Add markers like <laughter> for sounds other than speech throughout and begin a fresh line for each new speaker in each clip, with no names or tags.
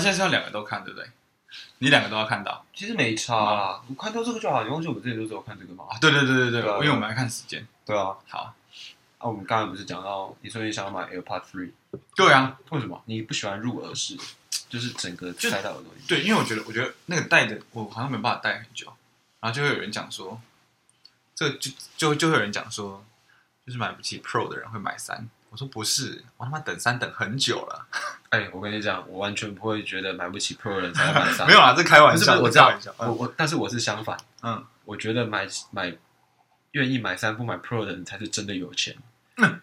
在是要两个都看，对不对？你两个都要看到
其实没差啦，我看到这个就好。你忘记我们之前都只有看这个吗？
啊！对对对对对，
对啊
因为我们要看时间。
对啊，
好，
啊，我们刚才不是讲到你说你想要买 AirPod Three，
对啊，
为什么？你不喜欢入耳式， <laughs> 就是整个
就
塞到耳朵里面。
对，因为我觉得，我觉得那个戴的，我好像没办法戴很久。然后就会有人讲说，这就就就会有人讲说，就是买不起 Pro 的人会买三。我说不是，我他妈等三等很久了。
哎，我跟你讲，我完全不会觉得买不起 Pro 的人才要买三。
<laughs> 没有啦，这开玩
啊不是
笑，
不是，我知
这开
道
玩笑，
我我，但是我是相反，
嗯，
我觉得买买愿意买三不买 Pro 的人才是真的有钱，
嗯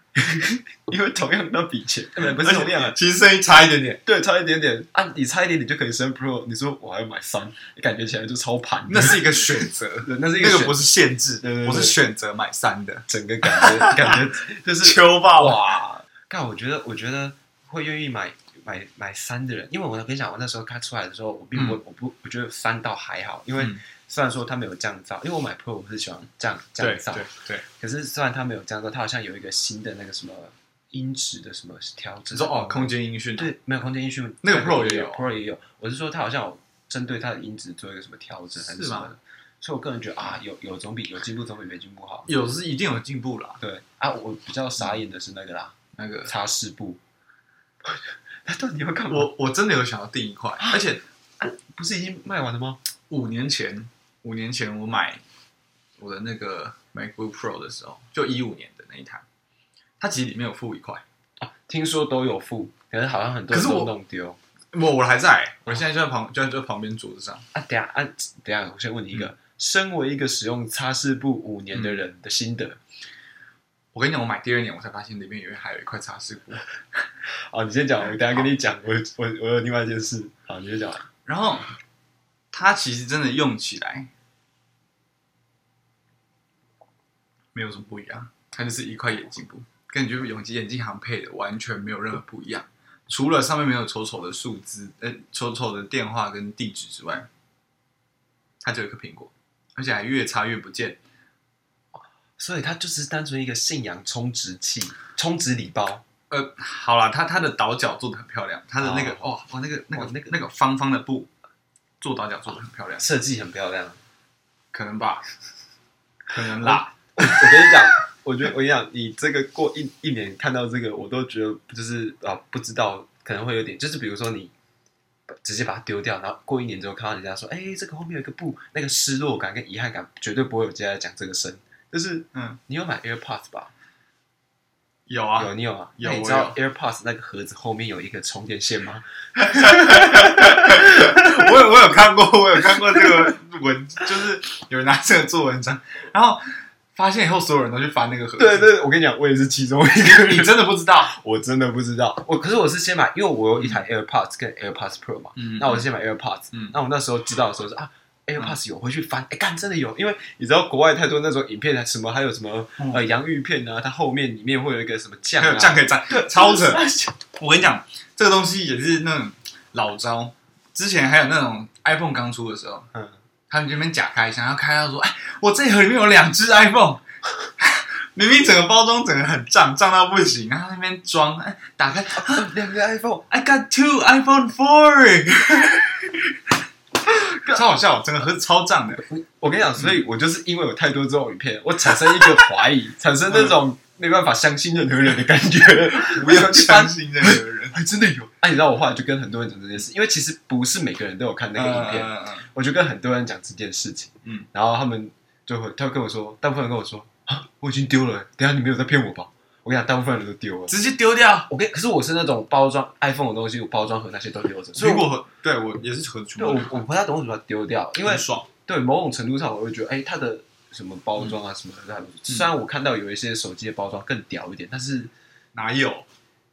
<laughs> 因为同样那笔钱，呃不
不
是同样啊，
其实声音差一
<laughs>
点点，
对，差一点点啊，你差一点你就可以升 Pro，你说我还要买三，感觉起来就超盘的，
那是一个选择，
对那是一
那个不
是
是限制
对对，对
我是选择买三的。
整个感觉 <laughs> 感觉就是 <laughs>
秋霸王，
哇，干，我觉得我觉得会愿意买。买买三的人，因为我跟你讲，我那时候他出来的时候，我并不、我不我觉得三倒还好，因为
嗯
虽然说它没有降噪，因为我买 Pro 我是喜欢降降
对
噪
对，对，
可是虽然它没有降噪，它好像有一个新的那个什么音质的什么调整。嗯
你说哦，空间音讯，
对，没有空间音讯，
那个 Pro 也有
有，Pro 也有。我是说它好像有针对它的音质做一个什么调整还是
是
什
吗
么的，所以我个人觉得啊，有有总比有进步总比没进步好。
有是一定有进步啦。
对啊，我比较傻眼的是那个啦，
那个
擦拭 <laughs> 布，它到底要干嘛？
我我真的有想要订一块，而且
不是已经卖完了吗？
五年前，五年前我买我的那个 MacBook Pro 的时候，就一五年的那一台，它其实里面有附一块，
啊听说都有付，可是好像很多人
可是
都
我
弄丢。
我我还在，我现在就在旁就在就在旁边桌子上，
啊，等一下啊，等一下，我先问你一个，身为一个使用擦拭布五年的人的心得，
我跟你讲，我买第二年我才发现里面有还有一块擦拭布，
哦，你先讲，我等一下跟你讲，我我我有另外一件事。好，你先讲。
然后它其实真的用起来没有什么不一样，它就是一块眼镜布，跟你觉得永吉眼镜行配的完全没有任何不一样，除了上面没有丑丑的数字，呃，丑丑的电话跟地址之外，它只有一颗苹果，而且还越擦越不见。
所以它就只是单纯一个信仰充值器、充值礼包。
呃，好啦，它它的倒角做的很漂亮，它的那个
哦
哦哦那个那个
哦那
那个
个
那个方方的布做倒角做的很漂亮，
设计很漂亮。
可能 <laughs> 吧，可能啦。
我跟你讲，我觉得我跟你讲，你这个过一一年看到这个，我都觉得就是啊，不知道可能会有点，就是比如说你直接把它丢掉，然后过一年之后看到人家说，哎、这个后面有一个布，那个失落感跟遗憾感，绝对不会有接下来讲这个声。就是
嗯，
你有买 AirPods 吧？
有啊，
有你有啊？
有
那你知道 AirPods 那个盒子后面有一个充电线吗？
我有我有看过， <laughs> 我有看过这个文，就是有人拿这个做文章，然后发现以后所有人都去翻那个盒子。
对，对，我跟你讲，我也是其中一个
你
人，
真的不知道。
我真的不知道。我可是我是先买，因为我有一台 AirPods 跟 AirPods Pro 嘛，
<laughs> 嗯
那我先买 AirPods、
嗯
那我那时候知道的时候是啊。AirPods 有我会去翻，哎、干真的有，因为你知道国外太多那种影片，啊什么还有什么、
嗯
呃洋芋片啊，它后面里面会有一个什么酱
还有
啊，
酱可以蘸，
<laughs>
超扯。
啊
我跟你讲，这个东西也是那种老招。之前还有那种 iPhone 刚出的时候，
嗯，
他们这边假开箱，要开到说：“哎，我这一盒里面有两只 iPhone。” <laughs> 明明整个包装整个很胀，胀到不行，然后那边装，哎，打开
<laughs> 两个 iPhone，
I got two iPhone four，超好笑，整个盒子超胀的。
我跟你讲，所以我就是因为有太多这种影片，我产生一个怀疑，产生那种没办法相信任何人的感觉，
嗯 <laughs> 不要相信任何 <laughs> 人，
还真的有。哎、你知道我后来就跟很多人讲这件事，因为其实不是每个人都有看那个影片，
嗯嗯嗯
我就跟很多人讲这件事情，
嗯，
然后他们就会，他会跟我说，大部分人跟我说，啊，我已经丢了，等一下你没有在骗我吧？我跟你讲，大部分人都丢了。
直接丢掉。
我跟，可是我是那种包装 iPhone 的东西，我包装盒那些都丢着，所以
如
我
果对我也是盒子全
对
部
我
丢，
我不太懂为什么要丢掉，因为
很爽，
对某种程度上，我会觉得，哎、它的什么包装啊，什么的，虽然我看到有一些手机的包装更屌一点，但是、
哪有？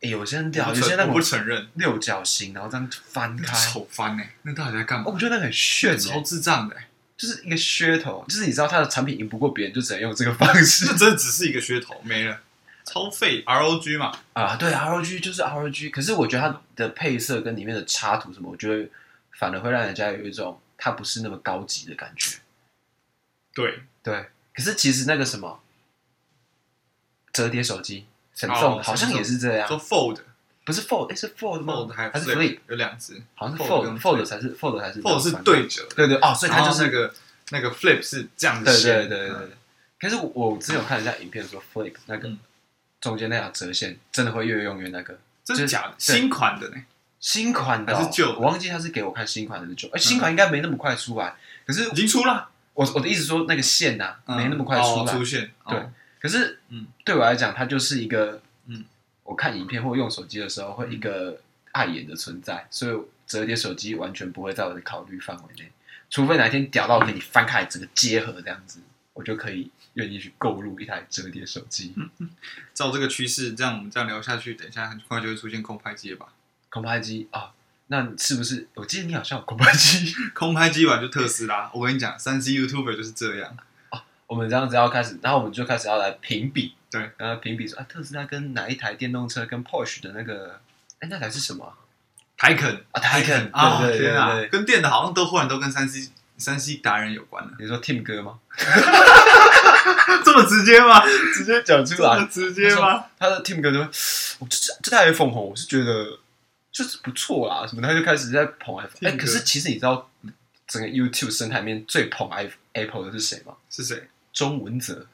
哎，有些很
我
屌，
不
有些
承
那
我不
种
承认，
六角形，然后这样翻开，
丑翻呢，欸那到底在干嘛
哦，？我觉得那个很炫、欸，
超智障的欸，
就是一个噱头，就是你知道它的产品赢不过别人，就只能用这个方式
<laughs>
<laughs>
这真的只是一个噱头，没了，超废 ROG 嘛，
啊。对，ROG 就是 ROG，可是我觉得它的配色跟里面的插图什么，我觉得反而会让人家有一种它不是那么高级的感觉。
对，
对，可是其实那个什么折叠手机，神送、
哦
好像也是这样。
啊说 Fold
不是 fold，哎、是 fold 吗
Fold 还有
还是
嗯 flip
flip？
有两只
好像是
Fold 跟
fold，fold 才是 fold 才是
，fold 是对折的，
对对哦，所以它
然
就
后
是
那个那个 flip 是这样子
对
写
对对对对。可是我之前有看人家影片说 flip 那个
嗯
中间那条折线真的会越用越那个
真
就是
的假的？
对
新款的呢？
新款的哦、
还是旧的嗯
我忘记他是给我看新款还是旧，而哎新款应该没那么快出来。可是
已经出了，
我我的意思说那个线呐、
嗯
没那么快出
哦
来。
出现，哦
对，可是
嗯
对我来讲，它就是一个
嗯，
我看影片或用手机的时候会一个碍眼的存在，所以折叠手机完全不会在我的考虑范围内，除非哪天屌到给你翻开整个结合这样子，我就可以愿意去购入一台折叠手机。
照这个趋势，这样我们这样聊下去，等一下很快就会出现空拍机了吧？
空拍机啊，那是不是？我记得你好像有空拍机。 <laughs>
空拍机完就特斯拉，我跟你讲，三 C YouTuber 就是这
啊
样，
我们这样子要开始，然后我们就开始要来评比，
对，
然后评比说啊，特斯拉跟哪一台电动车跟 Porsche 的那个，哎，那台是什么啊
台肯
啊？台肯
啊，
对对
天啊
对，对，
跟电脑好像都忽然都跟三 C 三 C 达人有关
<laughs>
了，
你说 Tim 哥吗？
这么直接吗？
直接讲出
这么，直接吗？
他的 Tim 哥就，我这这台 iPhone 哦，我是觉得就是不错啦，什么的，他就开始在捧 iPhone，
Tim
哎，
哥
可是其实你知道整个 YouTube 生态里面最捧 i Apple 的是谁吗？
是谁？
钟文泽，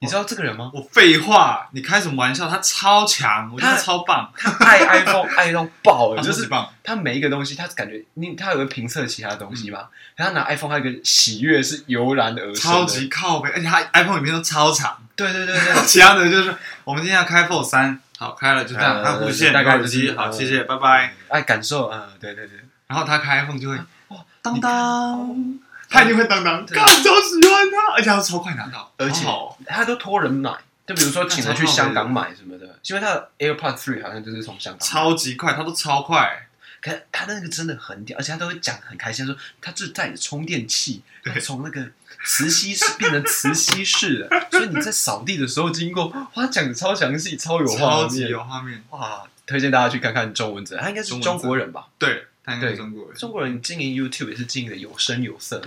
你知道这个人
<laughs>
吗？
我废话，你开什么玩笑？他超强，我觉得
他
他超棒，
他爱 iPhone 爱到爆
<laughs>
了，
他
就
超
是
级棒，
他每一个东西，他感觉你他有个评测其他东西嘛，然后他拿 iPhone，他有个喜悦是油然而生的，
嗯超级靠背，而且他 iPhone 里面都超长，
对对对
<laughs>
对，
其他的就是我们今天要开 Fold 三，好开了就这样，
呃
它无线
大
有
概
耳
就是
机，好
呃
谢谢，拜拜。
爱感受啊、对对对，
然后他开 iPhone 就会
哇
当当，他一定会当当，
对
干超喜欢他，而且他超快拿到，
而且
好好哦
他都托人买，就比如说请他去香港买什么的，因为他的 AirPod Three 好像就是从香港买，
超级快，他都超快，
可是他那个真的很屌，而且他都会讲很开心，他说他就是带你的充电器，
对
他从那个磁吸式变成磁吸式
<laughs>
的，所以你在扫地的时候经过，哇，他讲的超详细，超有画
超
面，
级有画面。
哇，推荐大家去看看中文者，他应该是中国人吧？
对，他应该是
对
中国人，
中国人经营 YouTube 也是经营的有声有色，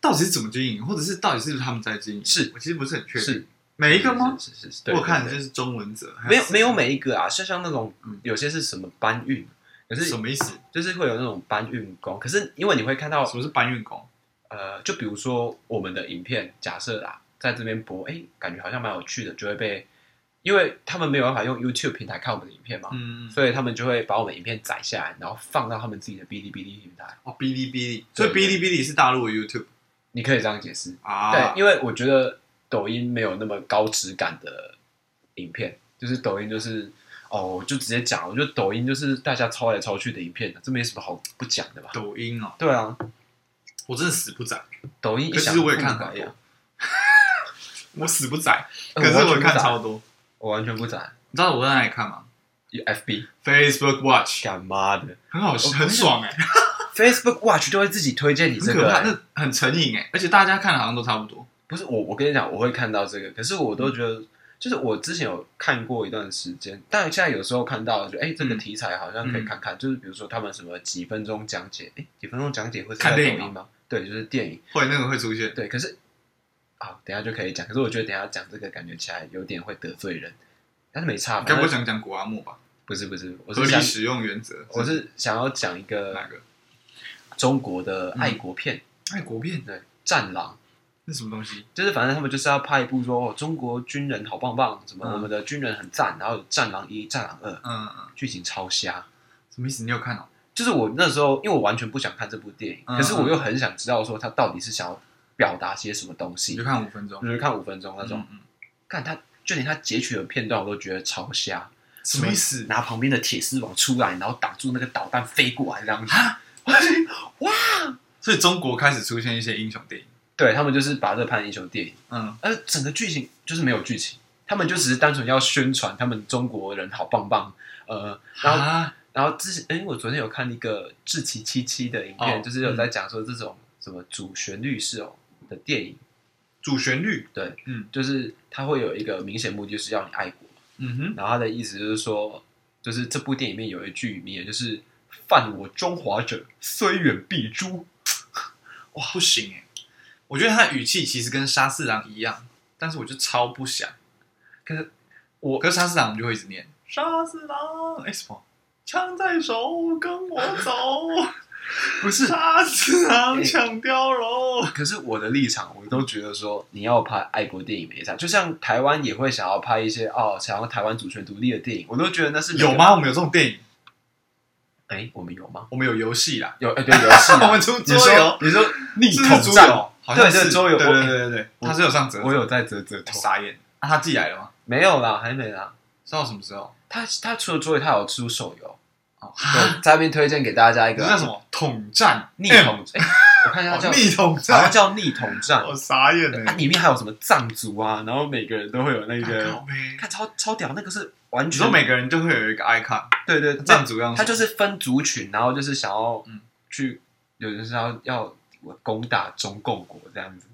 到底是怎么经营，或者是到底是不是他们在经营？
是
我其实不是很确定。
是
每一个吗？？
是是是，对
我看
对
的就
对
是中文者，还
没有没有
什么
每一个啊，像像那种
嗯
有些是什么搬运，可是
什么意思？
就是会有那种搬运工，可是因为你会看到
什么是搬运工？
呃，就比如说我们的影片，假设啦，在这边播，哎，感觉好像蛮有趣的，就会被，因为他们没有办法用 YouTube 平台看我们的影片嘛。
嗯，
所以他们就会把我们影片载下来，然后放到他们自己的哔哩哔哩平台。
哦，哔哩哔哩，所以
对
哔哩哔哩是大陆的 YouTube
你可以这样解释，
啊。
对，因为我觉得抖音没有那么高质感的影片，就是抖音就是哦，我就直接讲，我觉得抖音就是大家抄来抄去的影片，啊这没什么好不讲的吧？
抖音哦，
对啊，
我真的死不载，
抖音一
可
想
是我也看
不改
很
呀
多， <laughs> 我死不载，
呃
可是
完
我看，
全不
超
改
多。
我完全不宰
你知道我在哪里看吗
FB，
？Facebook Watch，
干妈的
很好，
哦
很爽哎，
Facebook Watch 就会自己推荐你这
很可
个、
怕，
欸，
那很成瘾哎，而且大家看的好像都差不多。
不是我，我跟你讲，我会看到这个，可是我都觉得。就是我之前有看过一段时间，但现在有时候看到，就哎、这个
嗯
题材好像可以
嗯
看看。就是比如说他们什么几分钟讲解，哎、几分钟讲解会是
看
在抖
电影啊
音吗？对，就是电影。
会那个会出现，
对，可是啊，等一下就可以讲。可是我觉得等一下讲这个感觉起来有点会得罪人，但是没差。
该
反
不会
正
想讲古阿莫吧？
不是不是，我
合
是
理
想
使用原则，
我是想要讲一个
哪个？
中国的爱国片，
爱国片
对，《战狼》。
那什么东西？
就是反正他们就是要拍一部说、哦、中国军人好棒棒，什么
嗯
我们的军人很赞，然后有战狼一、战狼二，
嗯嗯，
剧情超瞎。
什么意思？你有看哦？
就是我那时候，因为我完全不想看这部电影，
嗯
可是我又很想知道说他到底是想要表达些什么东
你
西，
就
就
看五分钟，
是看五分钟那种
嗯，嗯
看他就连他截取的片段我都觉得超瞎，
什么意思？
拿旁边的铁丝网出来，然后挡住那个导弹飞过来这样子。
所以中国开始出现一些英雄电影，
<laughs> 对他们就是把这拍成英雄电影，
嗯，
而呃整个剧情就是没有剧情，他们就只是单纯要宣传他们中国人好棒棒，呃，然后
啊，
然后之前，哎，我昨天有看一个志崎七七的影片，
哦
就是有在讲说这种什么主旋律式哦的电影，
主旋律，
对，
嗯
就是它会有一个明显目的，就是要你爱国。
嗯哼，
然后他的意思就是说，就是这部电影里面有一句名言，就是“犯我中华者，虽远必诛
哇，不行哎，我觉得他的语气其实跟沙士郎一样，但是我就超不想，”。
可是我
可是沙士郎我们就会一直念，杀死狼，哎、什么？枪在手，跟我走。不是杀死狼，
哎
抢碉楼。
可是我的立场，我都觉得说，你要拍爱国电影没差，就像台湾也会想要拍一些哦，想要台湾主权独立的电影，我都觉得那是
有？吗？我们有这种电影？
哎、我们有吗？
我们有游戏啦，
有哎、对，游戏
我们出
你
桌
说
游，
<laughs> 你说逆
是不是
统
桌
战，
游，好像
对
是
对桌游
对
我
对对对对，他是有上折，
我有在折折
我
头，
傻眼。啊，他寄来了吗？
没有啦，还没啦。
知道什么时候？
他他除了桌游，他有出手游，
哦，
对，在那边推荐给大家一
那
<laughs> 个
叫什么统战
逆统，哎、我看一下
哦
叫，
逆统
好像
战，
叫逆统战，
我傻眼欸
它、
了。
里面还有什么藏族啊，然后每个人都会有那
靠
个，
背
看超超屌，那个是完
你
全
说每个人就会有一个 icon，
对对
藏族样子，
他就是分族群，然后就是想要
嗯
去，有就是要要攻打中共国这样子，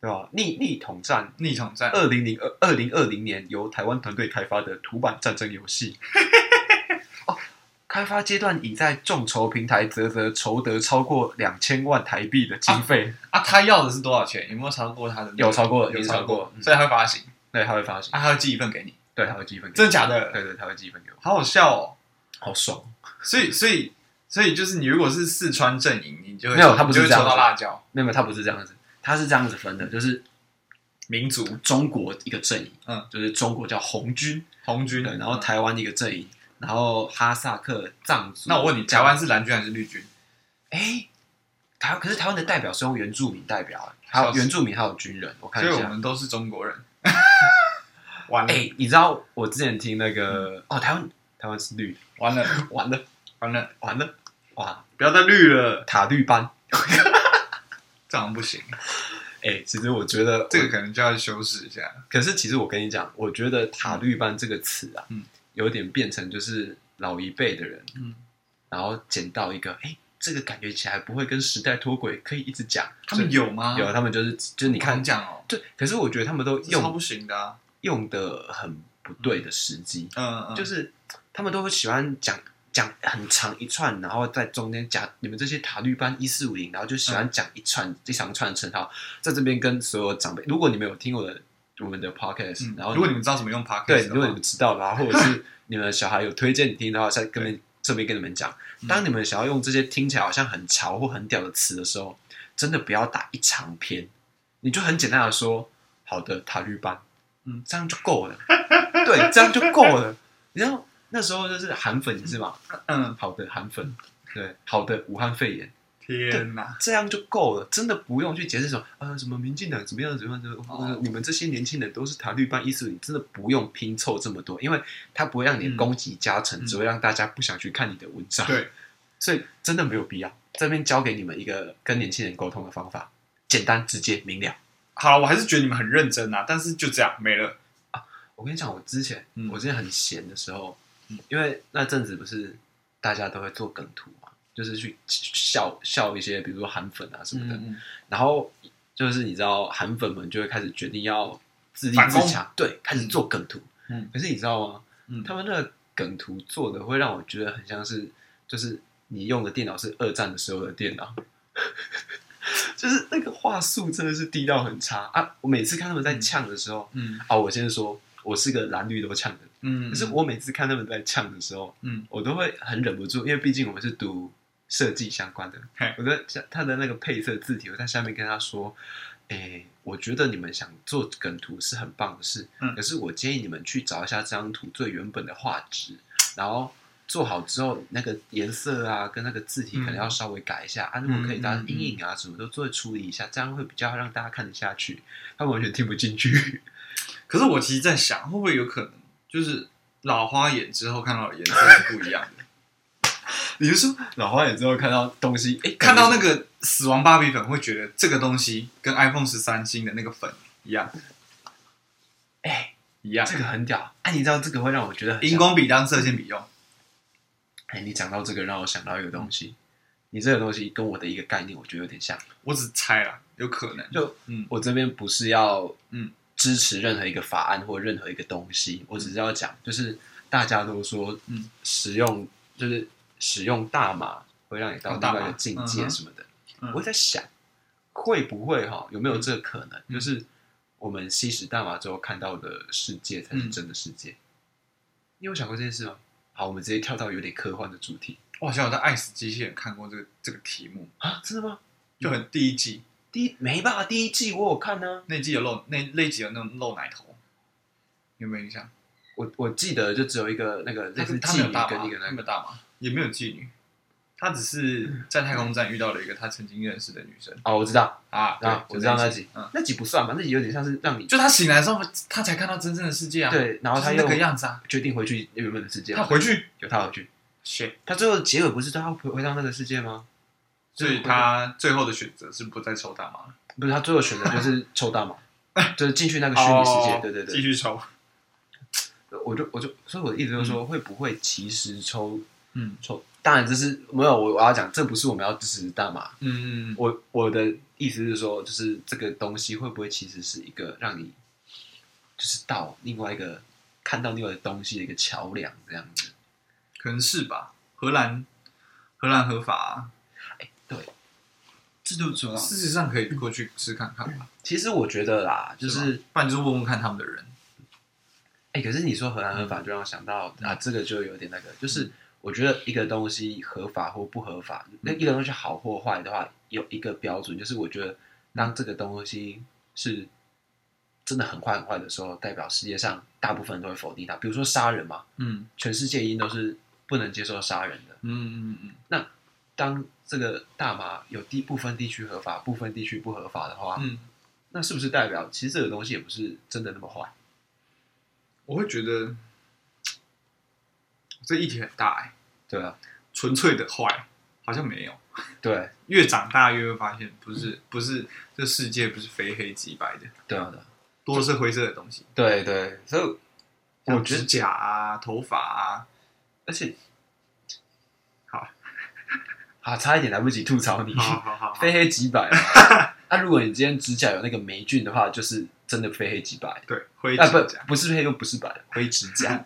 对吧？逆逆统战，
逆统战，
二零零二二零二零年由台湾团队开发的土版战争游戏。 <laughs> 哦，开发阶段已在众筹平台啧啧筹得超过两千万台币的经费，
啊，他要的是多少钱？有没有超过他的？
有超过嗯
有
有
超
超
过
过，
嗯所以他会发行，
对，他会发行，
啊，他会寄一份给你，
对，他会积分给我，
真的假的？
对对，他会积分给我，
好好笑哦。
好爽。
所以，所以，所以就是你如果是四川阵营，你就会
没有他不是
你就
这
会
样
抽
子
到辣椒
没有，没有他不是这样子，他是这样子分的，就是
民族
中国一个阵营，
嗯，
就是中国叫红军，
红军，
对，然后台湾一个阵营，然后哈萨克、藏族。
那我问你，台湾，是蓝军还是绿军？
哎，台可是台湾的代表是用原住民代表，还有
笑死
原住民还有军人，我看
所以
一
我
下。
们都是中
<laughs>
国人。完了，
哎，你知道我之前听那个哦，台湾台湾是绿的，
完了，
完了
完了，
<laughs> 完了，哇，
不要再绿了，
塔绿班。
这样不行，
哎，其实我觉得
这个可能就要修饰一下。
可是其实我跟你讲，我觉得“塔绿班”这个词啊，
嗯
有点变成就是老一辈的人，
嗯，
然后捡到一个，哎，这个感觉起来不会跟时代脱轨，可以一直讲。
他们
就
有吗？
有，，他们就是就是你
你看
看，
讲哦，
对，可是我觉得他们都
这超
用
不行的啊。
用的很不对的时机，
嗯嗯，
就是他们都会喜欢讲。讲很长一串，然后在中间讲你们这些塔绿班一四五零，然后就喜欢讲一
嗯
串、一长串的称号，在这边跟所有长辈，如果你们有听我的我们的 podcast，、
嗯
然后
如果你们知道怎么用 podcast，
对，
的话
如果你们知道啦，或者是你们的小孩有推荐你听的话，再跟你这边跟你们讲
嗯，
当你们想要用这些听起来好像很潮或很屌的词的时候，真的不要打一长篇，你就很简单的说“好的，塔绿班”，
嗯
嗯，这样就够了， <laughs> 对，这样就够了。你知道那时候就是韩粉是吗？
嗯，
好的，韩粉，对，好的，武汉肺炎。
天哪，
这样就够了，真的不用去解释什么呃什么民进党怎么样怎么样怎么样，
哦
呃你们这些年轻人都是塔绿班意思，你真的不用拼凑这么多，因为它不会让你的攻击加成，
嗯
只会让大家不想去看你的文章。，
对，
所以真的没有必要。这边教给你们一个跟年轻人沟通的方法，简单直接明了。
好，我还是觉得你们很认真啊，但是就这样没了。
我跟你讲，我之前、
嗯
我之前很闲的时候，
嗯
因为那阵子不是大家都会做梗图嘛，就是去笑笑一些，比如说韩粉啊什么的。
嗯
然后就是你知道韩粉们就会开始决定要自立
反攻
自强，对，开始做梗图。
嗯
可是你知道吗？
嗯
他们那个梗图做的会让我觉得很像是，就是你用的电脑是二战的时候的电脑， <laughs> 就是那个话术真的是低到很差啊！我每次看他们在呛的时候，
嗯
啊，我先说我是个蓝绿都呛的，
嗯，
可是我每次看他们在呛的时候，
嗯
我都会很忍不住，因为毕竟我们是读设计相关的
嘿，
我在下他的那个配色字体，我在下面跟他说，诶，我觉得你们想做梗图是很棒的事，
嗯
可是我建议你们去找一下这张图最原本的画质，然后。做好之后，那个颜色啊，跟那个字体可能要稍微改一下、
嗯
啊。如果可以，大家阴影啊什么都做处理一下，这样会比较让大家看得下去。他完全听不进
<laughs>
去，
可是我其实在想，会不会有可能就是老花眼之后看到的颜色是不一样
<laughs>
的？
你是说老花眼之后看到东西，哎、
看到那
个
个死亡芭比粉，会觉得这个东西跟 iPhone 十三新的那个粉一样
哎、
一样。
这个很屌。哎、你知道这个会让我觉得很
荧
像。
光笔当射线笔用，
哎、你讲到这个，让我想到一个东西。你这个东西跟我的一个概念，我觉得有点像。
我只猜啦，有可能。
就
嗯
我这边不是要
嗯
支持任何一个法案或任何一个东西，我只是要讲，就是大家都说，
嗯，
使用就是使用大麻会让你到
哦大
另
麻
外一个境
嗯
界
哼
什么的。
嗯
我在想，会不会哈有没有这个可能？
嗯嗯
就是我们吸食大麻之后看到的世界才是真的世界。你有想过这件事吗？好，我们直接跳到有点科幻的主题
我好像有在《爱死机器人》看过这个这个题目，
啊，真的吗？
就很第一季
第一没吧，第一季我有看啊呢、
那季有露那那集有那种露奶头，有没有印象？
我我记得就只有一个那个类
但
似
是他
妓
没有
女
大
跟
麻，
一个
他
那
没
个
有大麻，也没有妓女，他只是在太空站遇到了一个他曾经认识的女生
哦，我知道，
啊
啊，
对
我知道
就
那
一
集，
嗯，
那集不算吧，那集有点像是让你
就他醒来之后，他才看到真正的世界啊，，
对，然后他
那
又
个样子啊，
决定回去原本的世界，
他回去
有他回去，
，shit，
他最后结尾不是他回回到那个世界吗？
所以他最后的选择是不再抽大麻了，
不是他最后选择就是抽
<laughs>
大麻，就是进去那个虚拟世界，对对对，
哎哦继续抽，
我就我就，所以我一直都说，会不会其实抽
嗯
抽？当然，这是没有我我要讲，这不是我们要支持大麻。
嗯嗯
我我的意思是说，就是这个东西会不会其实是一个让你就是到另外一个看到另外的东西的一个桥梁这样子？
可能是吧，荷兰荷兰合法啊，
对，这就主要
事实上可以过去试看看吧，
其实我觉得啦，就是是
吧不然就是问问看他们的人，
哎、可是你说荷兰合法，就让我想到、啊，这个就有点那个，就是我觉得一个东西合法或不合法，那、一个东西好或坏的话，有一个标准，就是我觉得当这个东西是真的很坏很坏的时候，代表世界上大部分人都会否定它。比如说杀人嘛，
嗯
全世界一定都是不能接受杀人的。
嗯嗯嗯
那当这个大麻有地部分地区合法，部分地区不合法的话，
嗯。
那是不是代表其实这个东西也不是真的那么坏？
我会觉得这议题很大哎、
对啊，
纯粹的坏好像没有。
对
越长大越会发现，不是不是，这世界不是非黑即白的，
对啊，对啊。
多是灰色的东西，
对对，所以我
像
觉
指
得，
甲啊、头发啊，
而且
好
啊，差一点来不及吐槽你，
<laughs> 好好好好，
非黑即白啊。那、如果你今天指甲有那个霉菌的话，就是真的非黑即白。
<laughs> 对，灰
啊，
指甲，
不，不是黑又不是白，灰指
<laughs>
甲。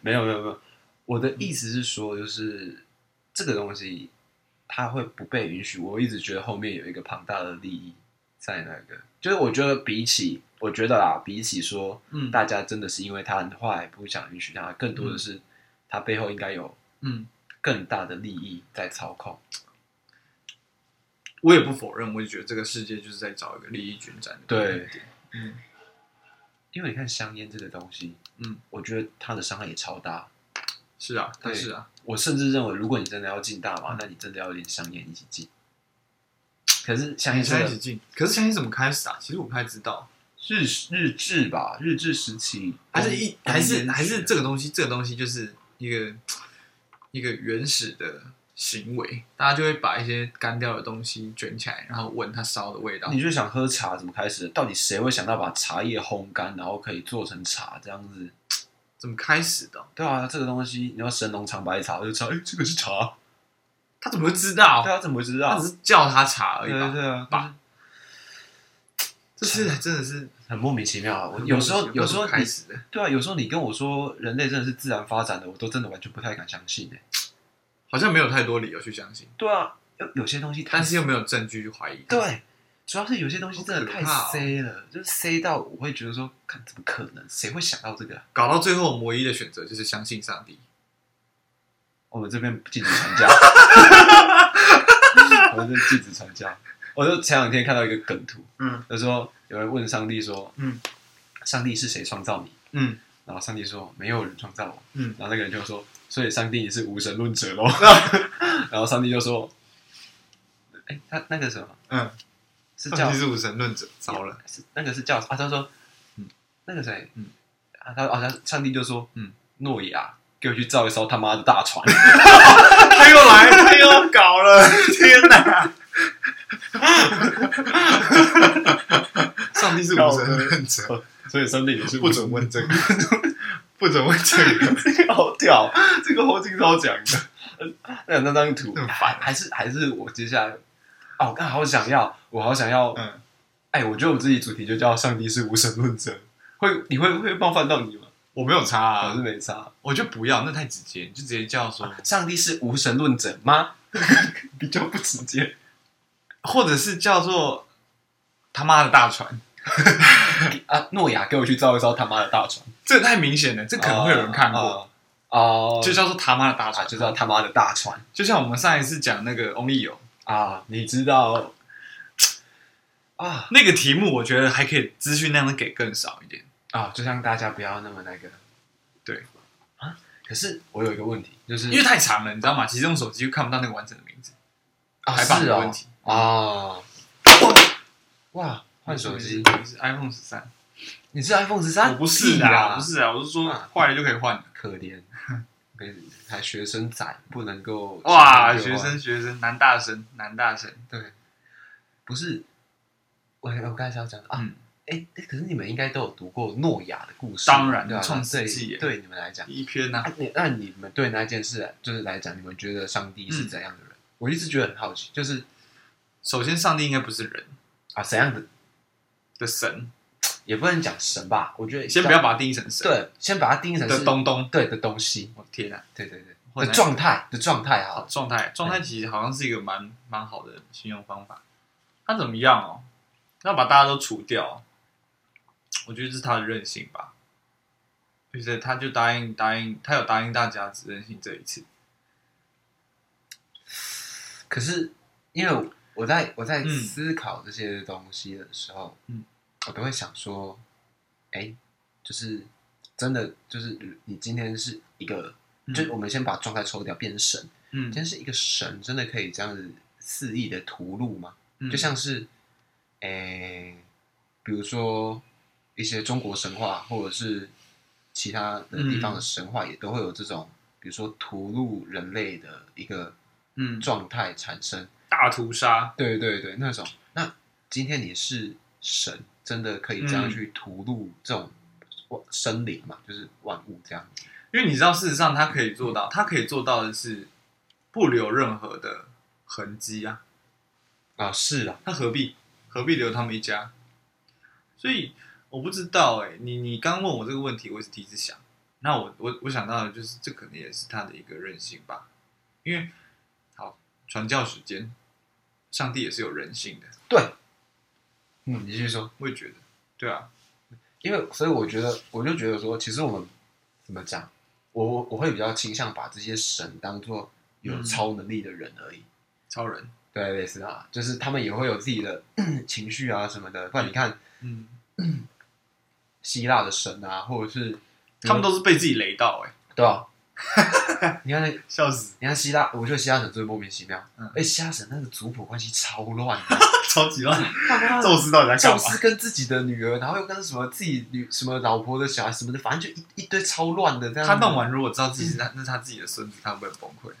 没有没有没有，我的意思是说，就是这个东西它会不被允许。我一直觉得后面有一个庞大的利益在那个，就是我觉得比起，我觉得啦，比起说
嗯
大家真的是因为他很坏，不想允许他，更多的是他背后应该有
嗯，
更大的利益在操控。
我也不否认，我也觉得这个世界就是在找一个利益均沾的
对
点，嗯
因为你看香烟这个东西，
嗯，
我觉得它的伤害也超大。
是啊，
对
但是啊，
我甚至认为，如果你真的要禁大麻，那你真的要连香烟一起禁。可是香烟
你
这
在一
个
起进，可是相信怎么开始啊？其实我不太知道，
日日治吧，日治时期嗯
还是一
东
还是
东边
还是
学
这个东西，这个东西就是一个一个原始的行为，大家就会把一些干掉的东西卷起来，然后闻它烧的味道。
你就想喝茶怎么开始的？到底谁会想到把茶叶烘干，然后可以做成茶这样子？
怎么开始的？
对啊，这个东西你要神农尝百草，我就知道，哎、这个是茶。
他怎么会知道
对？啊，怎么会知
他
道？
只是叫他茶而已
对啊
吧？
对啊，
吧这是真的是
很莫名其妙啊！我有时候有时候
开
你
始的，
对啊，有时候你跟我说人类真的是自然发展的，我都真的完全不太敢相信哎、
好像没有太多理由去相信，
对啊，有有些东西太
但是又没有证据去怀疑。，
对，主要是有些东西真的太
好可怕哦
塞了，就是塞到我会觉得说，看怎么可能？谁会想到这个啊？
搞到最后，我们唯一的选择就是相信上帝。
我们这边禁止传
<laughs>
教，我们这禁止传教。我就前两天看到一个梗图，
嗯
就说有人问上帝说，
嗯，
上帝是谁创造你？
嗯
然后上帝说没有人创造我，
嗯，
然后那个人就说，所以上帝也是无神论
<laughs>
者喽。然后上帝就说，哎、他那个什么
嗯，
是叫
上帝是无神论者，糟了，
是那个是叫啊？他说，
嗯
那个谁，
嗯
啊，他好像上帝就说，
嗯，
诺亚，给我去造一艘他妈的大船。 <laughs>
他又来，他又搞 <laughs> 了，天哪！上帝是无神论者，
所以上帝也是
不准问这个， <laughs> 不准问这个。
这个 <laughs> 好屌，这个后劲超强的。那那张图
很
还还是还是我接下来，哦，我刚好想要，我好想要，
嗯，
哎，我觉得我自己主题就叫“上帝是无神论者”，会你会会冒犯到你吗？
我没有差
我是
啊，
没差。
我就不要，那太直接，你就直接叫说，
上帝是无神论者吗？ <laughs> 比较不直接。
或者是叫做他妈的大船，
啊，诺亚给我去造一艘他妈的大船，
这也太明显了，这可能会有人看过，
哦，哦
就叫做他妈的大
啊，
船，
就叫他妈的大船
就像我们上一次讲那个 Only 有
啊，你知道啊
那个题目，我觉得还可以资讯量能给更少一点。
啊，就让大家不要那么那个，
对
啊，可是我有一个问题，就是
因为太长了，你知道吗？其实用手机就看不到那个完整的名字，
啊
排版
是
的
哦
问题。嗯
啊，哇，换手机，
是 iPhone 十三，
你是 iPhone 十
我
三？
不是
啊，
啊，不，是啊，我是说
啊
坏了就可以换了。
可怜， <laughs> 跟还学生仔不能够
哇，
想
学
要
生学生，男大生男大生，
对，不是，我我刚才想讲的啊
嗯，
哎、诶可是你们应该都有读过诺亚的故事，
当然
对吧、
创世
对
纪耶
对你们来讲，
一篇呢
啊，你那你们对那件事就是来讲，你们觉得上帝是
嗯
怎样的人？我一直觉得很好奇，就是
首先，上帝应该不是人
啊，怎样的
的神，
也不能讲神吧？我觉得
先不要把它定义成神。
对，先把它定义成
的
是
东东，
对的东西，
我天啊，
对对对
或
的
者
状态的状态好了，
状态状态其实好像是一个蛮蛮好的形容方法。他怎么样哦？要把大家都除掉，哦我觉得这是他的任性吧。就是他就答应答应，他有答应大家只任性这一次。
可是因为我在我在
嗯
思考这些东西的时候，
嗯，
我都会想说，哎、就是真的，就是你今天是一个，
嗯
就我们先把状态抽掉，变成神，
嗯
今天是一个神，真的可以这样子肆意的屠戮吗？
嗯
就像是，哎、比如说一些中国神话，或者是其他的地方
嗯
的神话，也都会有这种，比如说屠戮人类的一个
嗯
状态产生。
大屠杀，
对对对，那种。那今天你是神，真的可以这样
嗯
去屠戮这种万生灵嘛？就是万物这样。
因为你知道，事实上他可以做到，他可以做到的是不留任何的痕迹啊。
啊，是啦，
他何必何必留他们一家？所以我不知道哎、你你刚问我这个问题，我也是第一次想。那我我我想到的就是，这可能也是他的一个任性吧，因为好传教时间，上帝也是有人性的，
对。嗯，你继续说。
我也觉得，对啊，
因为所以我觉得，我就觉得说，其实我们怎么讲，我我我会比较倾向把这些神当做有
嗯
超能力的人而已。
超人，
对，类似啊，就是他们也会有自己的 <clears throat> 情绪啊什么的。不然你看
嗯，
希腊的神啊，或者是嗯
他们都是被自己雷到哎、
对吧、 <laughs> 你看那
笑死，
你看希腊，我觉得希腊神最莫名其妙。
嗯
嗯，哎，希腊神那个族谱关系超乱
<laughs>
的，
超级乱，
他妈
宙
的
斯到底在
宙
干嘛？
斯跟自己的女儿，然后又跟什么自己女什么老婆的小孩什么的，反正就一一堆超乱的这样。
他弄，完，如果知道自己是他，那是他自己的孙子，他会不会崩溃？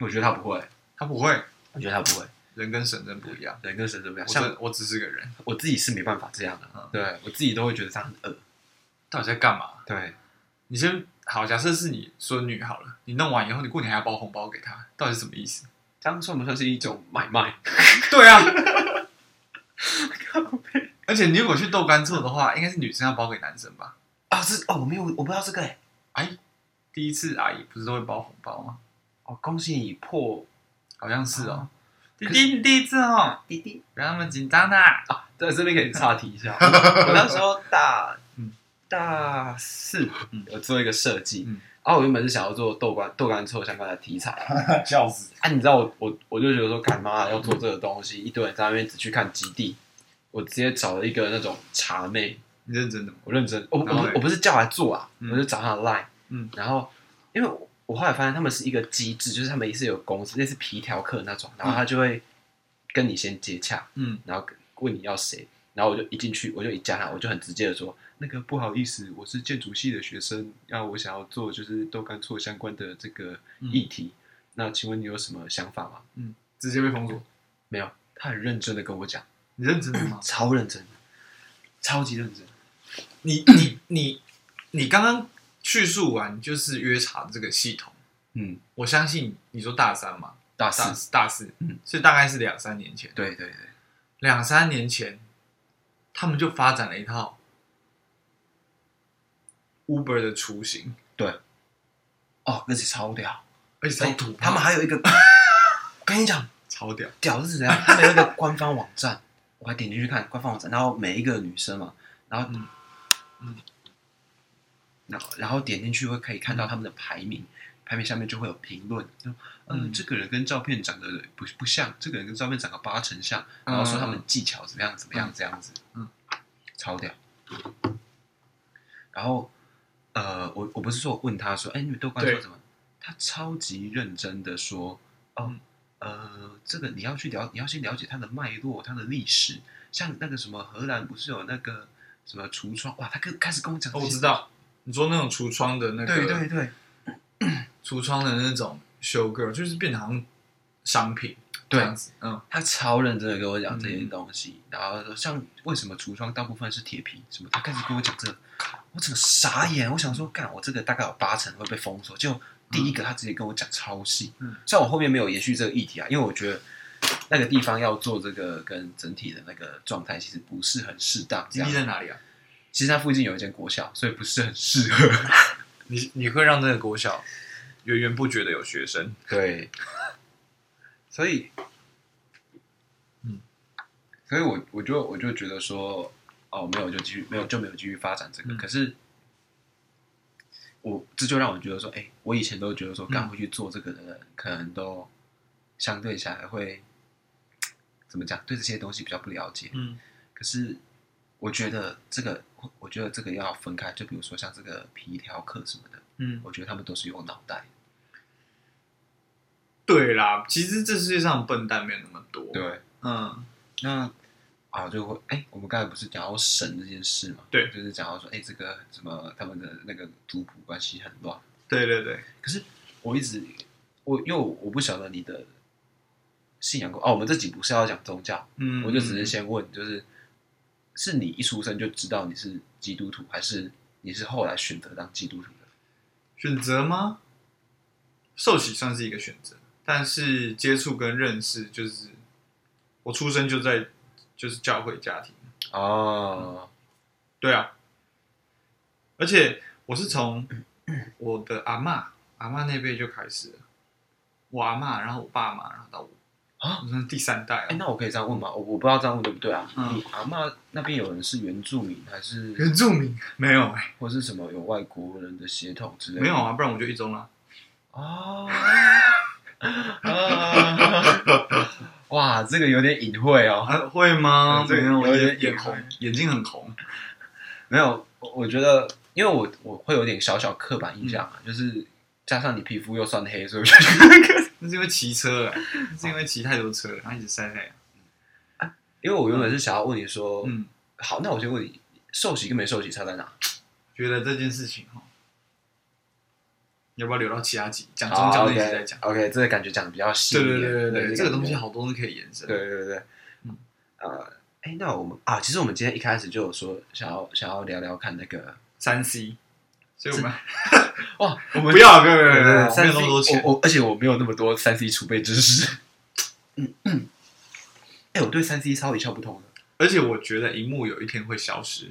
我觉得他不会，
他不会，
我觉得他不会，
人跟神真不一样。
人跟神怎么
我
样？像
真我只是个人，
我自己是没办法这样的
嗯，
对我自己都会觉得这样很恶。
到底在干嘛？
对，
你先好，假设是你孙女好了，你弄完以后，你过年还要包红包给她，到底是什么意思？
这样算不算是一种买卖？
对啊，而且你如果去豆干做的话，应该是女生要包给男生吧？
啊，这 <laughs> 哦，我没有，我不知道这个哎。
第一次阿姨不是都会包红包吗？
哦，恭喜你破
好像是哦。弟
可
弟，你第一次哦，
滴滴。
不要那么紧张呐、
啊，在这边可以岔题一
<laughs>
下。我那时候大
嗯
大四
嗯，
有做一个设计
嗯，
然后我原本是想要做豆干豆干臭相关的题材。
<laughs> 笑死！
啊，你知道我我我就觉得说，干妈要做这个东西，一堆人在那边只去看基地，我直接找了一个那种茶妹，
你认真的吗？
我认真，我我
然后嘞
不我不是叫她做啊，
嗯
我就找她的 line，
嗯
然后因为我我后来发现他们是一个机制，就是他们也是有公司，类似皮条客那种，然后他就会跟你先接洽，
嗯，
然后问你要谁，然后我就一进去，我就一加他，我就很直接的说，那个不好意思，我是建筑系的学生，那我想要做就是豆干错相关的这个
嗯
议题，那请问你有什么想法吗？
直接被封锁。
没有，他很认真的跟我讲，？
你认真的吗
超认真，超级认真，
<coughs> 你你你你刚刚叙述完就是约茶这个系统，
嗯，
我相信你说大三嘛，
大
大
四，
四大四，
嗯
所以大概是两三年前。
对对对，
两三年前，他们就发展了一套 Uber 的雏形，
哦，而且超屌，
而且超土炮，
他们还有一
<laughs>
个，跟你讲，
超屌，
<laughs> 屌是怎样？他们有一个官方网站，我还点进去看官方网站，然后每一个女生嘛，然后
嗯嗯，
然后然后点进去会可以看到他们的排名，排名下面就会有评论，就嗯、
嗯
这个人跟照片长得不不像，这个人跟照片长得八成像，然后说他们技巧怎么样怎么样这样子，
嗯，
超屌。然后呃，我我不是说我问他说，哎，你们都关注
对
什么？他超级认真的说，哦。
嗯
呃，这个你要去了，你要先了解它的脉络、它的历史。像那个什么荷兰不是有那个什么橱窗？哇，他跟开始跟我讲这
哦，
些，
我知道，你说那种橱窗的那个，
对对对
橱窗的那种修 girl，就是变成好像商品这
对
样，子，嗯，
他超认真的跟我讲这些
嗯
东西，然后说像为什么橱窗大部分是铁皮什么，他开始跟我讲这个，我整个傻眼，我想说，干我这个大概有八成会被封锁，就第一个他直接跟我讲超细，
嗯
虽然我后面没有延续这个议题啊，因为我觉得。那个地方要做这个，跟整体的那个状态其实不是很适当。这
基地
样，
在哪里啊？
其实它附近有一间国校，所以不是很适合。
<laughs> 你你会让那个国小源源不绝的有学生，
对， <laughs> 所以，
嗯，
所以我我就我就觉得说，哦，没有就继续没有就没有继续发展这个。
嗯
可是，我这就让我觉得说，哎、我以前都觉得说，刚
嗯
会去做这个的人，可能都相对起来会怎么讲，对这些东西比较不了解。
嗯
可是我觉得这个，我我觉得这个要分开。就比如说像这个皮条客什么的，
嗯，
我觉得他们都是有脑袋。
对啦，其实这世界上笨蛋没有那么多，，
对。
嗯
那啊，就会哎、我们刚才不是讲到神这件事嘛？
对
就是讲到说，哎、这个什么他们的那个族谱关系很乱。
对对对，
可是我一直我因为我我不晓得你的信仰观哦，我们这集不是要讲宗教，
嗯，
我就只是先问，就是是你一出生就知道你是基督徒，还是你是后来选择当基督徒的？
选择吗？受洗算是一个选择，但是接触跟认识就是我出生就在就是教会家庭，
哦，
对啊，而且我是
<coughs>
从我的阿嬷阿嬷那辈就开始了，我阿嬷，然后我爸妈，然后到我，
啊
我算是第三代
哎、
了。
那我可以这样问吗？我我不知道这样问对不对啊？
嗯
你阿嬷那边有人是原住民还是？
原住民没有哎、
或是什么有外国人的血统之类的？
没有啊，不然我就一中啦。
哦。啊 <laughs> 哇，这个有点隐晦哦。
啊，会吗？
嗯这
没
个
有，我
有
眼
点
眼
隐
红
晦，
眼睛很红。 <laughs>
没有，我我觉得，因为我我会有点小小刻板印象啊，
嗯
就是加上你皮肤又算黑，所以我就觉
<laughs>
得，
那是因为骑车了，那是因为骑太多车了，然后一直晒太阳。
因为我原本是想要问你说，
嗯，
好，那我先问你，受洗跟没受洗差在哪？
觉得这件事情哈，要不要留到其他集讲宗
好
教那集再
，OK 啊
讲？
OK，这个感觉讲的比较细一
对
点，
对对对对，这个
感
东西
觉
好多都可以延伸。
对对对，
嗯
呃，哎，那我们啊，其实我们今天一开始就有说想要想要聊聊看那个，
三 C，所以我们
哇，我们
不要，不要，不要，不
对
要，不
对
要
对，
没
三
有
C，
那么多钱。
我我而且我没有那么多三 C 储备知识。嗯哎、我对三 C 超一窍不通的。
而且我觉得荧幕有一天会消失，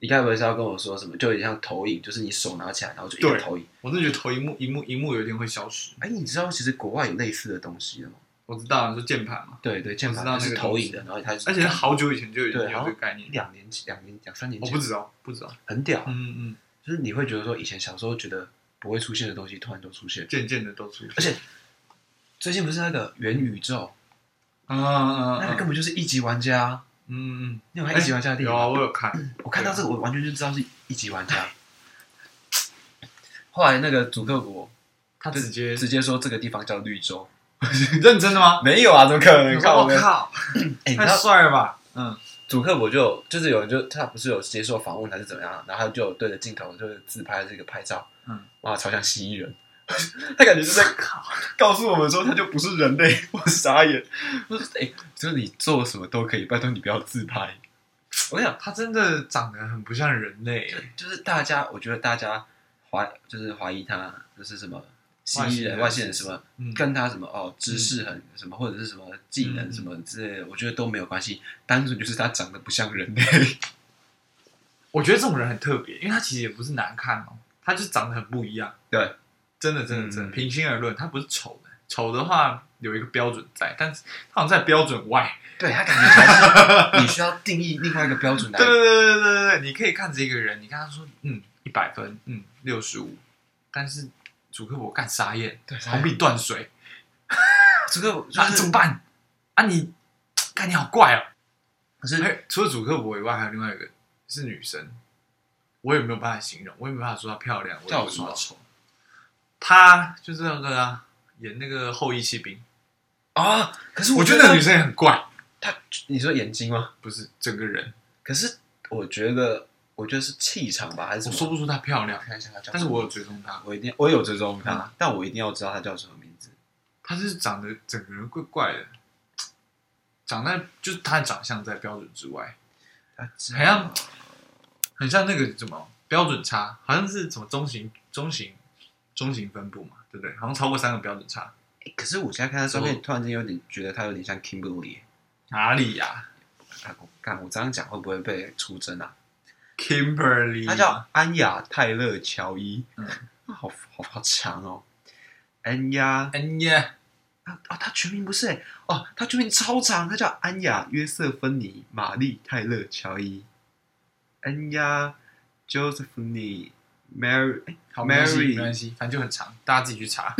你该不会是要跟我说什么？就有点像投影，就是你手拿起来，然后就一
对
个投影。
我真的觉得投荧幕、荧幕、荧幕有一天会消失。
哎、你知道其实国外有类似的东西的吗？
我知道，你说键盘嘛，
对对，键
我知道
盘
那
是
个
投影
东西
的，然后它是
而且是好久以前就已经
对，
有这
然
个
后
概念，
两年前、两年、两三年
我
前，
不知道，不知道。
很屌啊、
嗯嗯，
就是你会觉得说，以前小时候觉得不会出现的东西，突然都出现。
渐渐的都出现，
而且最近不是那个元宇宙，
啊啊
那个
啊，
根本就是一级玩家啊。
嗯嗯，
你有看一级玩家的电影
有
吗？
啊，我有看，
我看到这个，我完全就知道是一级玩家。后来那个主克国，他
直接
直接说这个地方叫绿洲，
你 <laughs> 认真的吗？
没有啊，怎么可能？
我
看我们，
靠，
哎，你知
太
道
帅了吧？嗯，
主克国就有就是有人就他不是有接受访问还是怎么样，啊然后他就有对着镜头就是自拍这个拍照，
嗯，
哇，超像蜥蜴人， <laughs> 他感觉是在
靠，
告诉我们说他就不是人类，我傻眼， <laughs> 我说哎，就是你做什么都可以，拜托你不要自拍。 <laughs> 我跟你讲，
他真的长得很不像人类，
就是大家，我觉得大家怀就是怀疑他就是什么蜥蜴人、
外
外星
星人
人什么，
嗯，
跟他什么哦知识很什么或者是什么技能
嗯
什么之类的，我觉得都没有关系，单纯就是他长得不像人类。
我觉得这种人很特别，因为他其实也不是难看哦，他就长得很不一样。
对，
真的真的真的，
嗯
平心而论，他不是丑的，丑的话有一个标准在，但是它好像在标准外。
<laughs> 对他感觉才 <laughs> 是你需要定义另外一个标准来
对对对对对对，你可以看这个人，你看他说嗯一百分，嗯六十五，但是主客我干傻眼，
对傻眼
红笔断水，
这个就
啊
是
怎么办？啊你，干你好怪哦！
可是
还有除了主客博以外，还有另外一个是女生，我也没有办法形容，我也没办法说她漂亮，我也
叫
没有
什么
说她丑。她就是那个啊，演那个《后羿弃兵
啊，可是》，
我觉
觉
得那个女生也很怪，
她，你说眼睛吗？
不是整个人，
可是我觉得，我觉得是气场吧，还是什
我
么
说不出她漂亮
我，看一下她叫什么，
但是我有追踪她，
我一定我有追踪她，
嗯
但我一定要知道她叫什么名字。
她是长得整个人怪怪的，长在就是她的长相在标准之外，
她叫
好像很像那个什么标准差，好像是什么中型中型中型分布嘛，对不对？好像超过三个标准差，
欸可是我现在看她照片，
我
突然间有点觉得她有点像 Kimberly 欸。
哪里呀、
啊我干，我这样讲会不会被出征啊？
Kimberly，
她叫安雅泰勒乔伊，
嗯
啊好好好强哦。安雅
安耶，
啊啊，她全名不是欸哦，她全名超长，她叫安雅约瑟芬妮玛丽泰勒乔伊，安雅 Josephine Mary 欸
好
Mary 嗯
没关系，反正就很长，大家自己去查。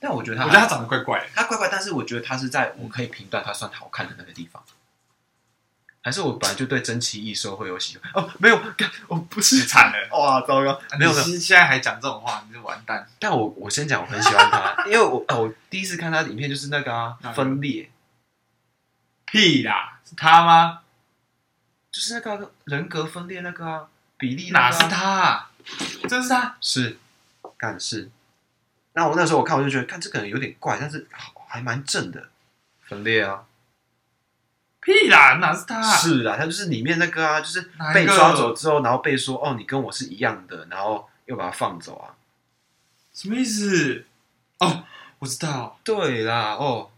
但我觉得她，
我觉得她长得怪怪的，
她怪怪，但是我觉得她是在我可以评断她算好看的那个地方。还是我本来就对珍奇异兽会有喜欢哦，没有，干我不
你
是
惨了。
哇，糟糕，嗯没有没有
你，现现在还讲这种话，你就完蛋。
但我我先讲，我很喜欢 <laughs> 她，因为我啊，我第一次看她的影片就是那个啊
哪，个
分裂，
屁啦，是他吗？
就是那个人格分裂那个啊，比利、
哪
那个啊
是他、啊？真是他？
是，干是。那我那时候我看我就觉得，看这个人有点怪，但是好还蛮正的。分裂啊，
屁啦，哪是他、啊？
是啊，他就是里面那个啊，就是
哪一
被
个
抓走之后，然后被说哦，你跟我是一样的，然后又把他放走啊。
什么意思？哦，我知道
对啦，哦，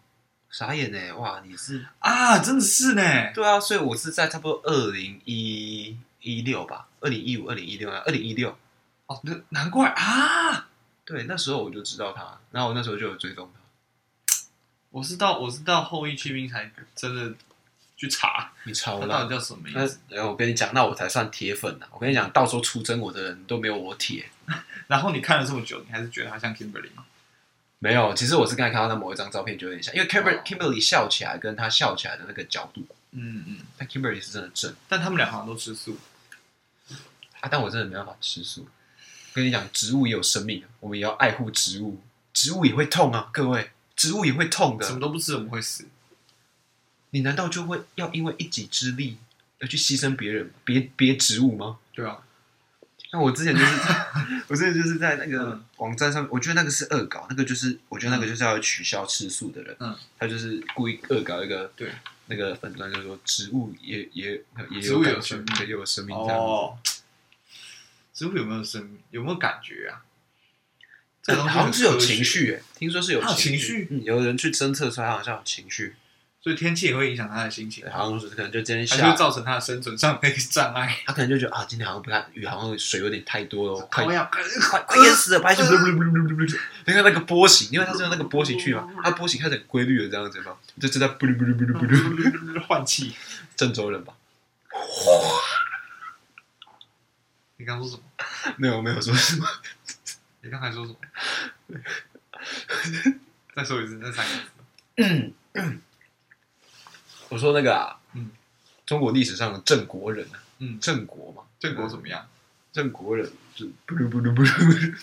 傻眼呢，哇，你是
啊，真的是呢。
对啊，所以我是在差不多二零一一六吧，二零一五、二零一六啊，二零一六，
哦，那难怪啊！
对，那时候我就知道他，然后我那时候就有追踪他。
我是到我是到后羿去兵才真的去查，
你超
他
烂
到底叫什么名
那
字？
呃我跟你讲，那我才算铁粉啊呐、我跟你讲，到时候出征我的人都没有我铁。
然后你看了这么久，你还是觉得他像 Kimberly 吗？
没有，其实我是刚才看到他某一张照片就有点像，因为 Kimber
哦
Kimberly 笑起来跟他笑起来的那个角度，
嗯嗯，
但 Kimberly 是真的正
但他们俩好像都吃素。
啊，但我真的没办法吃素。跟你讲，植物也有生命，啊我们也要爱护植物，植物也会痛啊，各位，植物也会痛
什么
的。
都不吃，我们会死。
你难道就会要因为一己之力要去牺牲别人，别别植物吗？
对啊，
那我之前就是，
<laughs>
我之前就是在那个
嗯
网站上面，我觉得那个是恶搞，那个就是，我觉得那个就是要取消吃素的人，
嗯，
他就是故意恶搞一个，
对，
那个粉砖就说植物也也也
植物
感
有
觉
生命
对也有生命这样子，
哦，植物有没有生命？有没有感觉啊？
这
个东西
哎好像
很
是有
科学
情，绪诶，听说是有
它有情
绪
绪，
嗯，有人去侦测出来好像有情绪，
所以天气也会影响他的心情
对，，好像是可能就今天
它就
下
会，造成他的生存上的一个障碍。
他可能就觉得啊，今天好像不太雨，好像水有点太多了，快
我要
快快淹死了，白就你看那个波形，因为它是用那个波形去嘛，
嗯
它波形开始很规律的这样子嘛，就就在布噜布噜布噜布噜，
<laughs> 嗯换气。
郑州人吧？
你刚说什么？
没有没有说什么， <laughs>
你刚才说什么？ <laughs> 再说一次，那三个字。
我说那个啊，
嗯
中国历史上的郑国人啊，
嗯，
郑国嘛，
郑国怎么样？
郑国人就布噜布噜布噜布噜。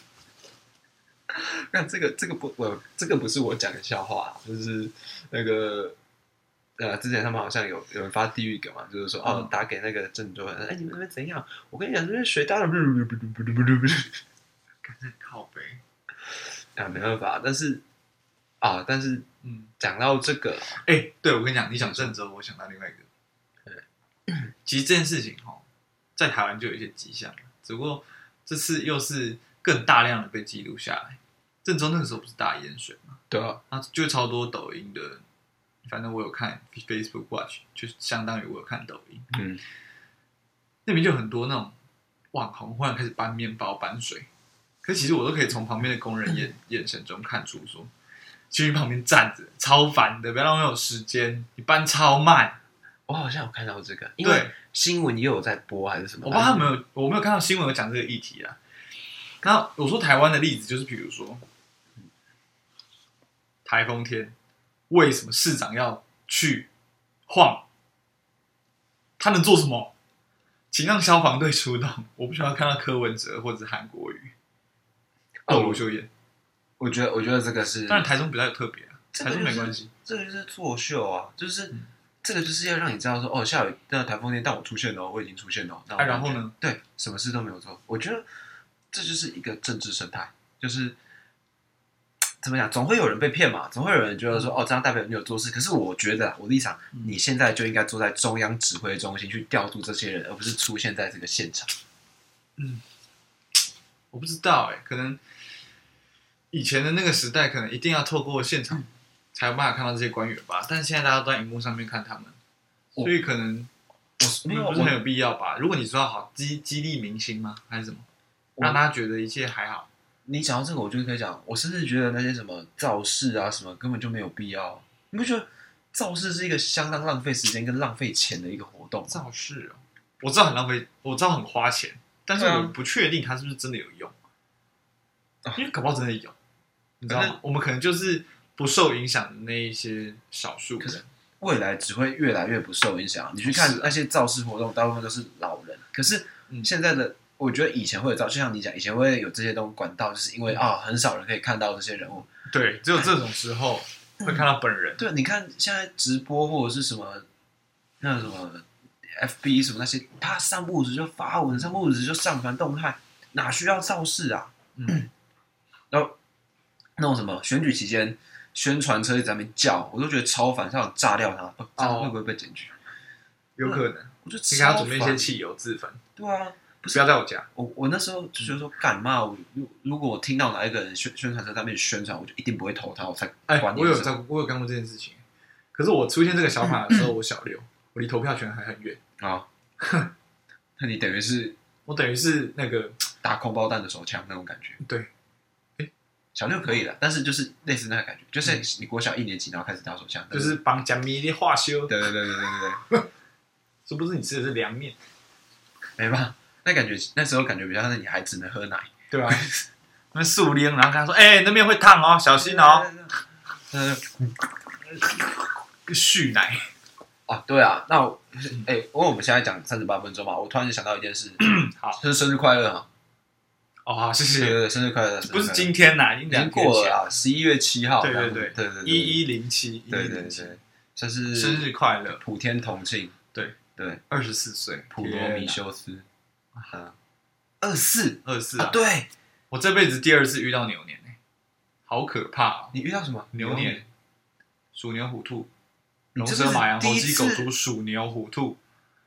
<laughs> 那这个这个不我这个不是我讲的笑话、啊，就是那个呃，之前他们好像有有人发地狱梗嘛，就是说哦
嗯，
打给那个郑州人，哎、你们那边怎样？我跟你讲，这边水大了，布噜布噜布噜布噜布噜。
看这靠背。
啊，没办法，但是啊，但是
嗯，
讲到这个，
哎、对我跟你讲，你讲郑州，我想到另外一个。 <clears throat> 其实这件事情哈，在台湾就有一些迹象，只不过这次又是更大量的被记录下来。郑州那个时候不是大淹水嘛，
对啊，
那就超多抖音的，反正我有看 Facebook Watch，就是相当于我有看抖音，
嗯，
那边就很多那种网红忽然开始搬面包、搬水，可其实我都可以从旁边的工人眼眼神中看出说，去你旁边站着，超烦的，不要浪费我时间，你搬超慢。
我好像有看到这个，因为
对，
新闻也有在播还是什么，
我不知道他
反
没
正
有，我没有看到新闻有讲这个议题啊。然后我说台湾的例子就是，比如说台风天，为什么市长要去晃？他能做什么？请让消防队出动。我不喜欢看到柯文哲或者韩国瑜
哦
斗罗秀演。
我觉得我觉得这个是，
当然台中比较有特别啊，
这
台
个
中
就
没
是
关系。
这个就是作秀啊，就是、
嗯
这个就是要让你知道说，哦，下雨那台风天，但我出现了哦，我已经出现了哦。那我
啊然后呢？
对，什么事都没有做。我觉得这就是一个政治生态，就是怎么讲，总会有人被骗嘛，总会有人觉得说，哦，这样代表你有做事。可是我觉得啊，我立场，
嗯
你现在就应该坐在中央指挥中心去调度这些人，而不是出现在这个现场。
我不知道哎、可能以前的那个时代，可能一定要透过现场才有办法看到这些官员
嗯
吧。但现在大家都在荧幕上面看他们，
我
所以可能
我没
没
有，
有
我
不是很有必要吧。如果你说要好激激励明星吗，还是什么，
我
让大家觉得一切还好，
你讲到这个，我就可以讲，我甚至觉得那些什么造势啊，什么根本就没有必要。你不觉得造势是一个相当浪费时间跟浪费钱的一个活动吗？
造势哦。我知道很浪费，我知道很花钱，但是
对啊
我不确定它是不是真的有用，
啊
因为搞不好真的有，你知道
可
吗？我们可能就是不受影响的那一些少数
可是
人。
未来只会越来越不受影响。你去
是
看
啊
那些造势活动，大部分都是老人。可是
嗯
现在的，我觉得以前会有造，就像你讲，以前会有这些东西管道，就是
嗯
因为啊、很少人可以看到这些人物。
对，只有这种时候
嗯
会看到本人。
对，你看现在直播或者是什么，那什么 FB 什么那些，他三不五时就发文，三不五时就上传动态，哪需要造势啊？
嗯，
然后那种什么选举期间宣传车一直在那边叫，我都觉得超烦，想炸掉他，哦这样会不会被检举？
有可能。
我就
你给他
嗯超
准备一些
烦。
汽油自焚，
对啊，不
不
是
要在我家。
我我那时候就觉得
嗯
说，干嘛？我如如果我听到哪一个人宣宣传车上面宣传，我就一定不会投他，我才
哎、
管你
我有
什么嗯
在，我有干过这件事情。可是我出现这个想法的时候，我小六，我离投票权还很远。 <laughs>
啊。那你等于是
我等于是那个，
打空包弹的手枪那种感觉。
嗯对，
小六可以了，但是就是类似那个感觉，就是你国小一年级然后开始打手枪，
嗯就
但
是帮假米的化修，
对对对对对对对，
殊不知你吃的是凉面，
没办法，那感觉那时候感觉比较像是你还只能喝奶，<laughs>
对吧、那树林，然后跟他说：“哎、那面会烫哦，小心哦。
对。对对对对对”
蓄奶，
啊，对啊，那我哎、因为我们现在讲三十八分钟嘛，我突然就想到一件
<clears throat>
事，
好
就是生日快乐啊！
<laughs> 哦，好，谢
对
谢。
对，生日快乐！生日快
不
乐
是今天呐、已经
已
两
经
天
过
前
了，啊，十一月七号，
对对
对
对
对对，
一一零七，
对对对
1107
对，这是
生日快乐，
普天同庆，
对啊
对，
二十四岁，
普罗米修斯，啊，二四
二十四
啊
啊，，
对
我这辈子第二次遇到牛年、欸、好可怕、哦！
你遇到什么
牛年？，鼠牛虎兔，
你
龙
这不是
蛇马羊猴
第一
鸡狗
次
猪鼠牛虎兔。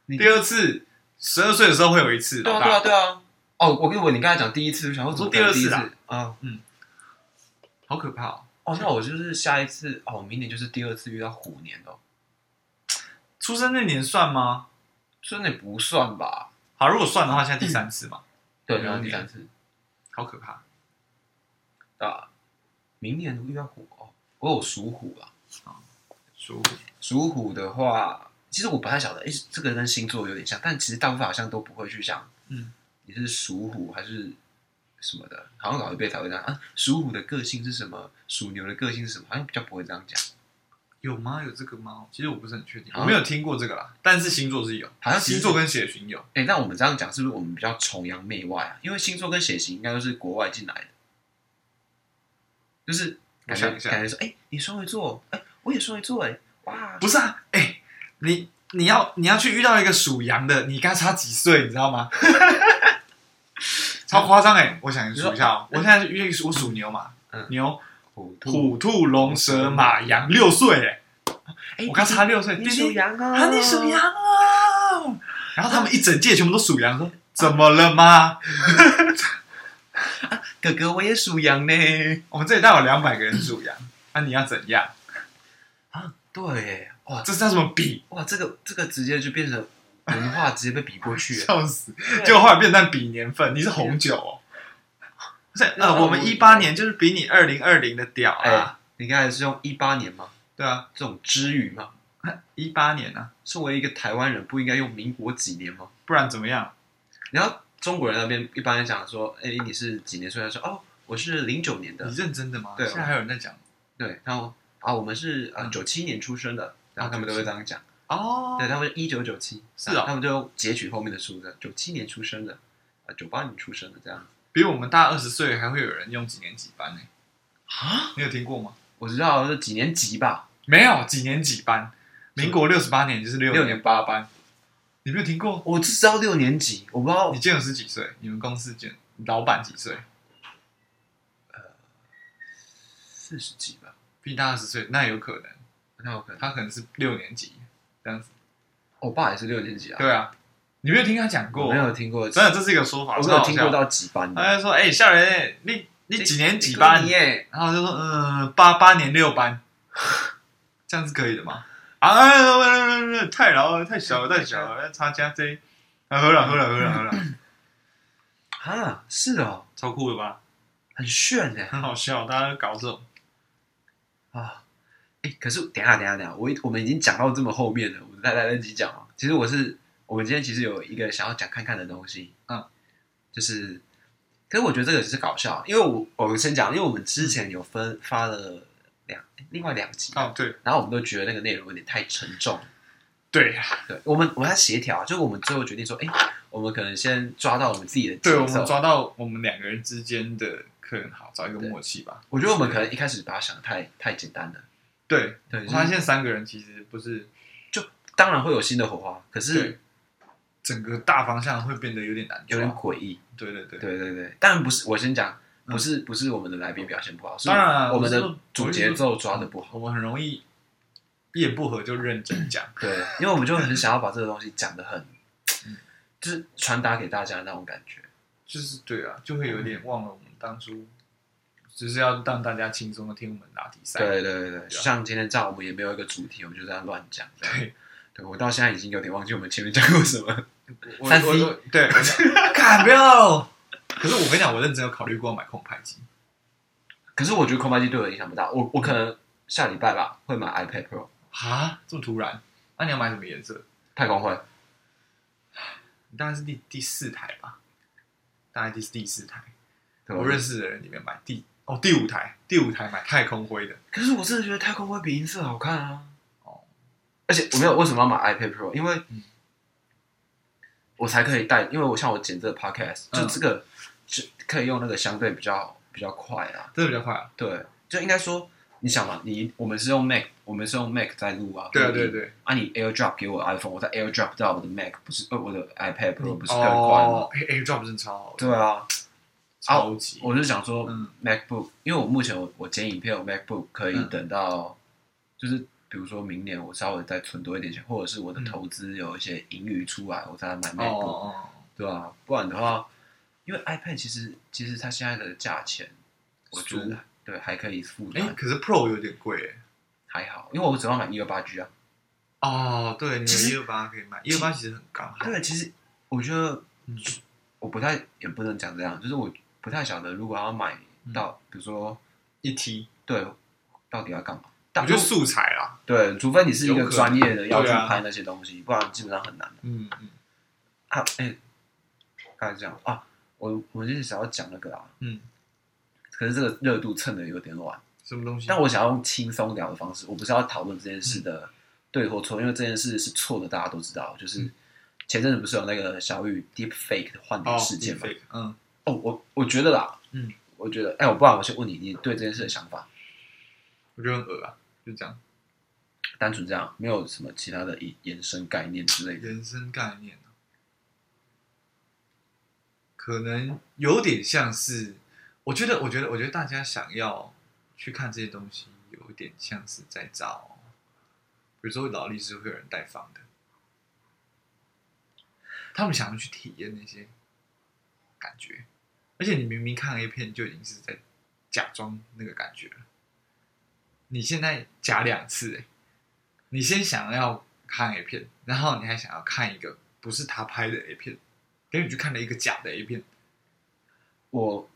你
第二次，十二岁的时候会有一次，
对
老
啊对啊
大，
对啊！哦，我跟我你刚才讲第一次，我想说
我
怎
说
么
第二
可能第一
次啊
次啊？
好可怕哦！
哦，那我就是下一次哦，明年就是第二次遇到虎年哦，
出生那年算吗？
所以那也不算吧？
好，如果算的话，现在第三次嘛，
对，
牛
然后第
年
三次
好可怕。
啊，明年遇到虎哦，我有属虎啊，
属虎
属虎的话，其实我不太晓得，诶，这个跟星座有点像，但其实大部分好像都不会去想，
嗯，
你是属虎还是什么的，好像老一辈才会这样啊。属虎的个性是什么？属牛的个性是什么？好像比较不会这样讲，
有吗？有这个吗？其实我不是很确定，
啊
我没有听过这个啦。但是星座是有，
好像其实
星座跟血型有，
诶，那我们这样讲是不是我们比较崇洋媚外啊？因为星座跟血型应该都是国外进来的，就是感觉
我想一下
感觉说，诶，你双鱼座，诶，我也双鱼座、诶，哇，
不是啊？哎、你你要你要去遇到一个属羊的，你跟他差几岁，你知道吗？ <laughs> 超夸张哎！我想数一下哦，我现在是遇我属牛嘛，
嗯
牛
虎
虎兔龙蛇马羊六岁哎，
诶
我刚差六岁，
你
弟
属
弟
羊啊，
啊，你属羊哦。然后他们一整届全部都属
嗯
羊，说怎么了吗？
哥哥，我也属羊呢。
我们这里大概有两百个人属羊，那你要怎样？
啊，对耶，哇
这是叫什么比？
哇，这个这个直接就变成文化，直接被比过去了。
笑死！
对
<laughs> 就后来变成比年份，你是 <laughs> 红酒哦。不是，
那
呃，我们一八年就是比你二零二零的屌
哎
啊！，
你你刚才是用一八年吗？
对啊，
这种之语吗？
一八年啊，
身为一个台湾人，不应该用民国几年吗？
不然怎么样？
然后中国人那边一般人讲说，哎，你是几年出来？说哦，我是零九年的
你，认真的吗？
对啊
现在还有人在讲
对，然后啊，我们是啊
嗯
九七年出生的，然后他们都会这样讲，
哦
对，他们一九九七，啊
是哦
他们就用截取后面的数字，九七年出生的，啊九八年出生的这样。
比我们大二十岁，还会有人用几年几班呢、
啊，
你有听过吗？
我知道是几年级吧？
没有，几年几班？民国六十八年就是
六
六
年
年八班，你没有听过？
我只知道六年级，我不知道
你建筑师几岁？你们公司建老板几岁？
四十级吧？
比你大二十岁，那有可能，
那有可能，
他可能是六年级这样子。
我爸也是六年级啊，
对啊，你没有听他讲
我
过？
没有听过，
真的，这是一个说法。
我没
超
有
好
听
笑
过到几班的。
他就说：“哎、校园，你你几年几班
你？”耶？
然后就说：“嗯，八八年六
<laughs>
班，这样是可以的吗？”啊，哎太老了，太
<laughs>
小了，太小了，差加 J，啊，喝了，喝了，喝了，喝了，
啊，是哦，
超酷的吧？
很炫哎
很好笑，大家都搞这种，
啊！哎、可是等一下等一下等一下，我已我们已经讲到这么后面了，我们再来得及讲吗？其实我是我们今天其实有一个想要讲看看的东西，
嗯，
就是，可是我觉得这个只是搞笑，因为我我们先讲，因为我们之前有分发了两另外两集，
哦，对
然后我们都觉得那个内容有点太沉重，
对啊，
对我们我们要协调，啊就是我们最后决定说，哎、我们可能先抓到我们自己的节
对我
奏
们抓到我们两个人之间的客人好，找一个默契吧。
我觉得我们可能一开始把它想的太太简单了，
对，
对，
我
就是
发现三个人其实不是
当然会有新的火花，可是
对整个大方向会变得有点难
有点
抓。
诡异。
对对对，
对对对，当然不是，我先讲，
嗯
不是不是我们的来宾表现不好，是
当然啊
我们
我是
的
说
主节奏抓的不好。
我们很容易一言不合就认真讲。
对，因为我们就很想要把这个东西讲的很，
嗯
就是传达给大家那种感觉。
就是对啊，就会有点忘了我们当初就是要让大家轻松的听我们答题赛。
对对对
啊
对，像今天这样，我们也没有一个主题，我们就这样乱讲。这样
对，
对我到现在已经有点忘记我们前面讲过什么。
我
<laughs> 三 C
我我对，
<laughs>
我看不要。可是我跟你讲，我认真有考虑过买空拍机。
可是我觉得空白机对我影响不大，我我可能下礼拜吧会买 iPad Pro
啊，这么突然？那、你要买什么颜色？
太空会，
你大概是第第四台吧，大概第第四台。
对吧
我认识的人里面买第哦第五台，第五台买太空灰的。
可是我真的觉得太空会比银色好看啊！
哦
而且我没有为什么要买 iPad Pro，因为
嗯
我才可以带，因为我像我剪这个 podcast，
嗯
就这个、就可以用那个相对比较比较快啊。
这个比较快啊。
对，就应该说，你想嘛，你我们是用 Mac，我们是用 Mac 在录啊。
对啊
录音
对对。
啊，你 AirDrop 给我 iPhone，我在 AirDrop 到我的 Mac，不是呃我的 iPad Pro 不是更快吗？
哦，AirDrop 真的超好的，
对啊，
超级。
我就想说
嗯
MacBook，因为我目前我我剪影片，我 MacBook 可以
嗯
等到，就是比如说明年我稍微再存多一点钱，或者是我的
嗯
投资有一些盈余出来，我再来买
哦
MacBook，、
哦哦，
对啊，不然的话，因为 iPad 其实其实它现在的价钱，我觉
足
得对啊还可以负
哎、
担，
可是 Pro 有点贵哎、
还好，因为我只要买一二八 G 啊。
哦，对，你
其实
有一二八可以买，一二八其实很刚好。
对，其实我觉得
嗯
我不太也不能讲这样，就是我不太晓得如果要买
嗯
到，比如说
一 T，
对，到底要干嘛？
我
但
觉得素材啦，
对，除非你是一个
有可能
专业的要去
对啊
拍那些东西，不然基本上很难的
嗯嗯
啊。哎、刚才讲啊，我我就是想要讲那个啊，
嗯，
可是这个热度蹭的有点晚，
什么东西？
但我想要用轻松聊的方式，我不是要讨论这件事的对或错，因为这件事是错的，大家都知道。就是
嗯
前阵子不是有那个小雨 Deep Fake 的换脸
哦，
事件嘛？
deepfake，嗯，
哦，我我觉得啦，
嗯，
我觉得，哎、我不然我先问你，你对这件事的想法，
我觉得很恶啊，就这样，
单纯这样，没有什么其他的延延伸概念之类的。
人生概念啊可能有点像是，我觉得，我觉得，我觉得大家想要去看这些东西，有一点像是在找，哦比如说劳力士会有人带房的，他们想要去体验那些感觉，而且你明明看 A 片就已经是在假装那个感觉了，你现在假两次、欸，你先想要看 A 片，然后你还想要看一个不是他拍的 A 片，等于你去看了一个假的 A 片，
我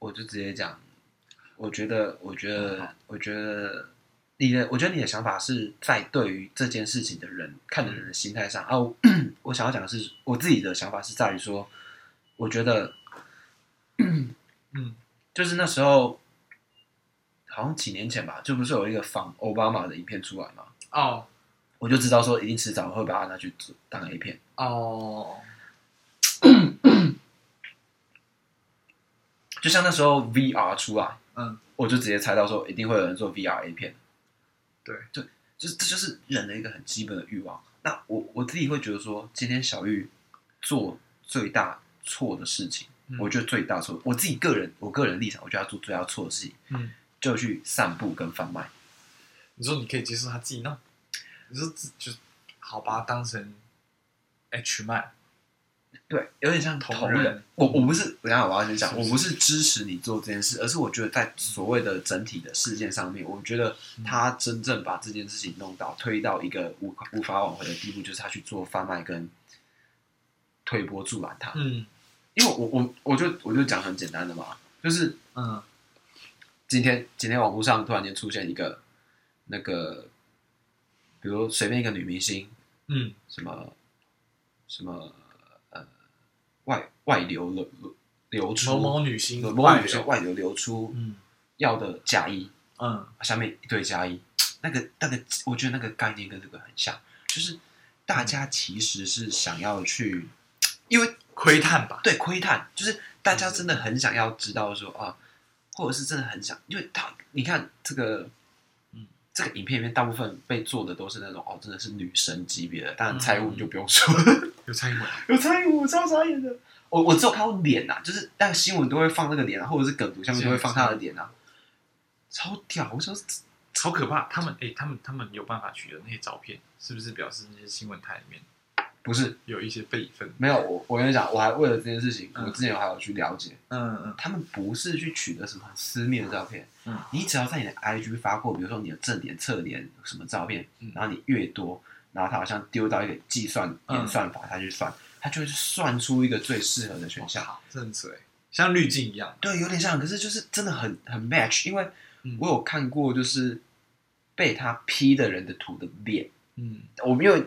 我就直接讲，我觉得，我觉
嗯
得，我觉得你的，我觉得你的想法是在对于这件事情的人看的人的心态上啊。我我想要讲的是，我自己的想法是在于说，我觉得
嗯
就是那时候好像几年前吧，就不是有一个仿奥巴马的影片出来嘛，
哦
我就知道说一定迟早会把它拿去做当 A 片。
哦，
就像那时候 VR 出来，
嗯，
我就直接猜到说一定会有人做 VR A 片。
对
对，就是这就是人的一个很基本的欲望。那我我自己会觉得说，今天小玉做最大错的事情，
嗯
我觉得最大错，我自己个人我个人立场，我觉得他做最大错的事情，
嗯，
就去散步跟贩卖。
你说你可以接受他自己弄，你说自就好把它当成 H 卖，
对，有点像
同
同
人嗯
人。我我不是，等一下我要先讲，
是不
我
是
不是支持你做这件事，而是我觉得在所谓的整体的事件上面，我觉得
嗯
他真正把这件事情弄到推到一个无无法挽回的地步，就是他去做贩卖跟推波助澜他。
嗯
因为我我我就我就讲很简单的嘛，就是
嗯
今天今天网络上突然间出现一个那个，比如随便一个女明星，
嗯
什么什么呃外外流流流出
某某女星
某
外
某
流
女生外流流出
嗯
要的嫁衣，
嗯
下面一堆嫁衣，那个那个我觉得那个概念跟这个很像，就是
嗯
大家其实是想要去，因为
窥探吧，
对窥探，就是大
嗯
家真的很想要知道说啊，或者是真的很想，因为他你看这个，
嗯
这个影片里面大部分被做的都是那种哦，真的是女神级别的，当然财务
嗯
就不用说，
有蔡英文，
有蔡英文超傻眼的。我我只有看到脸呐、啊，就是那个新闻都会放那个脸啊，或者是梗图下面都会放他的脸啊，超屌！我说
好可怕！他们哎、他们他们有办法取得那些照片，是不是表示那些新闻台里面
不是
有一些备份？
没有我，我跟你讲，我还为了这件事情，
嗯
我之前还有去了解，
嗯嗯
他们不是去取得什么私密的照片，
嗯
你只要在你的 IG 发过，比如说你的正脸、侧脸什么照片，
嗯
然后你越多，然后他好像丢到一个计算
嗯
演算法，他去算，他就会算出一个最适合的选项。
好，这很扯哎，像滤镜一样。
对，有点像，可是就是真的很很 match，因为
嗯
我有看过就是被他 P 的人的图的脸，
嗯，
我没有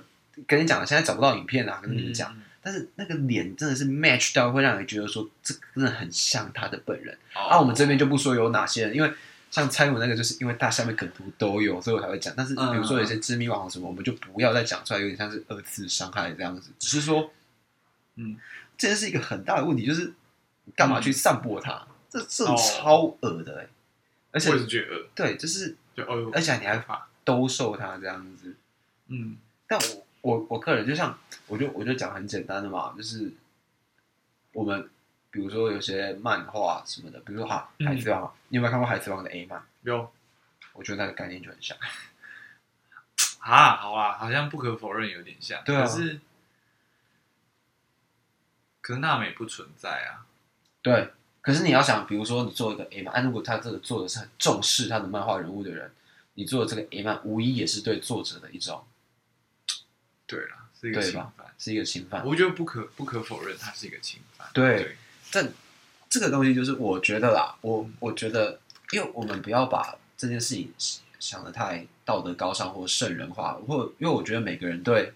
跟你讲，现在找不到影片啊，跟你们讲，
嗯，
但是那个脸真的是 match 到，会让你觉得说这个真的很像他的本人。
哦
啊，我们这边就不说有哪些人，因为。像蔡英文那个，就是因为大下面梗图都有，所以我才会讲。但是比如说有
嗯
些知名网红什么，我们就不要再讲出来，有点像是二次伤害这样子。只是说，
嗯，
这是一个很大的问题，就是你干嘛去散播它？这这种
哦
超恶的、欸，而且哎
我也是觉得恶，
对，就是
就哦呦，
而且你还
怕，
兜售它这样子。
嗯
但我我我个人就像，我就我就讲很简单的嘛，就是我们比如说有些漫画什么的，比如说哈《
嗯
海贼王》你有没有看过《海贼王》的 A 漫？
有
我觉得那个概念就很像。
啊，好啊，好像不可否认有点像，
对啊
可是可是娜美不存在啊，
对，可是你要想，比如说你做一个 A 漫，啊、如果他这个做的是很重视他的漫画人物的人，你做的这个 A 漫无疑也是对作者的一种，
对啦，是一个
对
侵
吧
犯，
是一个侵犯。
我觉得不可不可否认，它是一个侵犯，
对
对，
但这个东西就是我觉得啦，我我觉得，因为我们不要把这件事情想的太道德高尚或圣人化，或因为我觉得每个人对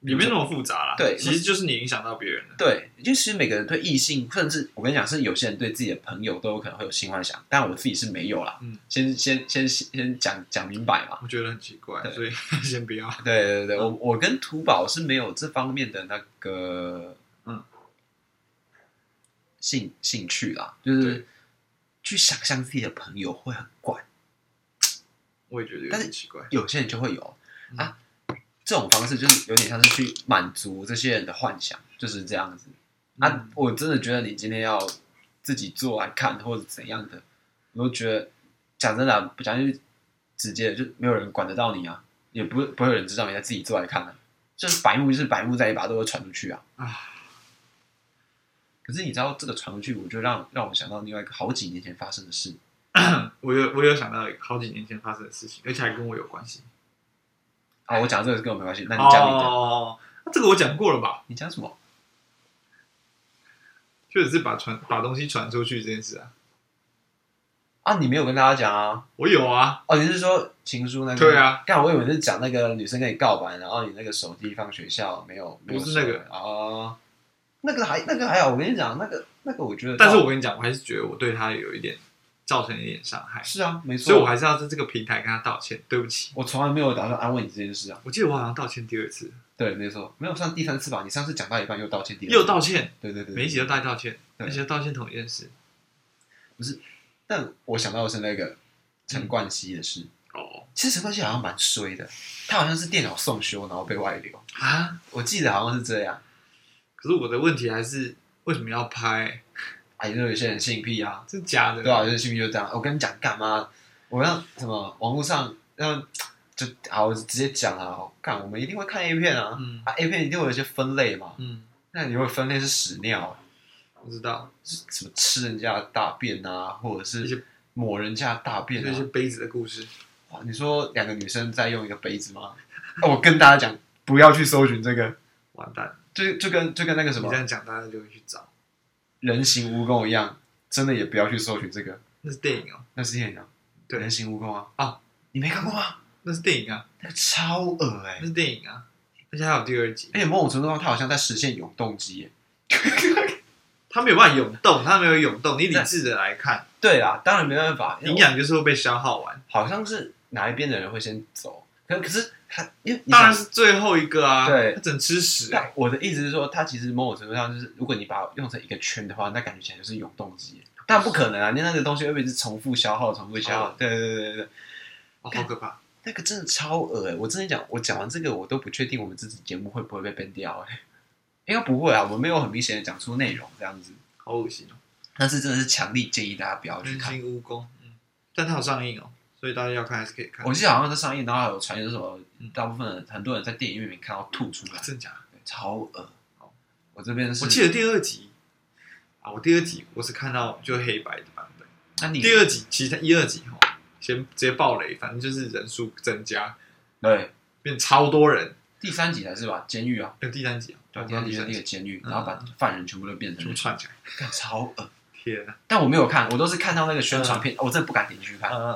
也没那么复杂啦，
对
其实就是你影响到别人了，啊
对，因为其实每个人对异性，甚至我跟你讲，是有些人对自己的朋友都有可能会有性幻想，但我自己是没有啦。
嗯，
先先先先讲讲明白嘛。
我觉得很奇怪，
对
所以先不要，
对对对，
嗯
我我跟土宝是没有这方面的那个
嗯
兴兴趣啦，就是
对
去想象自己的朋友会很怪。
我也觉得有
但是
点奇怪，
有些人就会有
嗯
啊，这种方式就是有点像是去满足这些人的幻想，就是这样子。啊
嗯，
我真的觉得你今天要自己做来看或者怎样的，我都觉得讲真的啊、不讲就直接就没有人管得到你啊，也不不会有人知道你在自己做来看啊，就是白目就是白目，再一把都会传出去啊。
啊，
可是你知道这个传出去，我就让让我想到另外一个好几年前发生的事，
我有我有想到好几年前发生的事情，而且还跟我有关系，
啊，我讲这个跟我没关系，那你讲你的，
哦，那这个我讲过了吧？
你讲什么？
确实是把传把东西传出去这件事啊。
啊，你没有跟大家讲啊？
我有啊，
哦，你是说情书那个？
对啊，
干，我以为是讲那个女生跟你告白，然后你那个手机放学校没有，没有
不是那个
收哦，那个还那个还好，我跟你讲，那个那个我觉得到，
但是我跟你讲，我还是觉得我对他有一点造成一点伤害，
是啊，没错，
所以我还是要在这个平台跟他道歉，对不起。
我从来没有打算安慰你这件事啊。
我记得我好像道歉第二次，
对，没错，没有算第三次吧？你上次讲到一半又道歉，第二次
又道歉，
对对对，
每一集都在道歉，
对
而且道歉同一件事。
但我想到的是那个陈冠希的事，
哦
其实陈冠希好像蛮衰的，他好像是电脑送修，然后被外流，
啊！
我记得好像是这样。
可是我的问题还是为什么要拍？
哎，就有些人性癖啊，
真假的？
对啊，有些性癖就这样。我跟你讲干嘛？我让什么网络上让就好，我直接讲啊，干我们一定会看 A 片啊，
嗯
啊 A 片一定会有一些分类嘛，
嗯，
那你会分类是屎尿，啊
我知道，
是什么吃人家的大便啊，或者
一些
是抹人家的大便
就是一些
啊。
杯子的故事。
哇，你说两个女生在用一个杯子吗？啊我跟大家讲，不要去搜寻这个，
完蛋，
就就跟就跟那个什
你
么
这样讲，大家就会去找。
人形蜈蚣一样，真的也不要去搜寻这个，
那是电影哦，
那是电影啊，
对
人形蜈蚣啊，
啊，
你没看过吗？
那是电影啊，
那个超恶哎、
那是电影啊，而且还有第二集。
而且某种程度上，它好像在实现永动机、欸。
他没有办法涌动，他没有涌动，你理智的来看，
对啦，当然没办法，
营养就是会被消耗完。
好像是哪一边的人会先走，可可是他因为你
当然
想
是最后一个啊，
对
他整吃屎啊，
但我的意思是说，它其实某种程度上就是，如果你把它用成一个圈的话，那感觉起来就是永动机。但不可能啊，你那个东西会一直重复消耗、重复消耗。
哦
对对对对对，
哦好可怕！
那个真的超恶欸、我真的讲，我讲完这个，我都不确定我们这期节目会不会被 ban 掉哎、应该不会啊，我们没有很明显的讲出内容这样子。
好恶心哦，
但是真的是强力建议大家不要去
人
看。
形蜈蚣，嗯，但它有上映哦，所以大家要看还是可以看
我。记得好像在上映，然后还有传言说什么，大部分人很多人在电影院里面看到吐出来，
真假的？
对超恶。我这边是，
我记得第二集啊，我第二集我是看到就黑白的版本，
那你
第二集其实它一二集哦，先直接爆雷，反正就是人数增加，
对
变超多人。
第三集才是吧？监狱啊，
有第三集啊，
对，
我不
第
知道
三集是
第三
那个
集
监狱，
嗯
然后把犯人全部都变
全部
成
串起来，
干超恶。
天啊！
但我没有看，我都是看到那个宣传片，我真的不敢点进去看。
嗯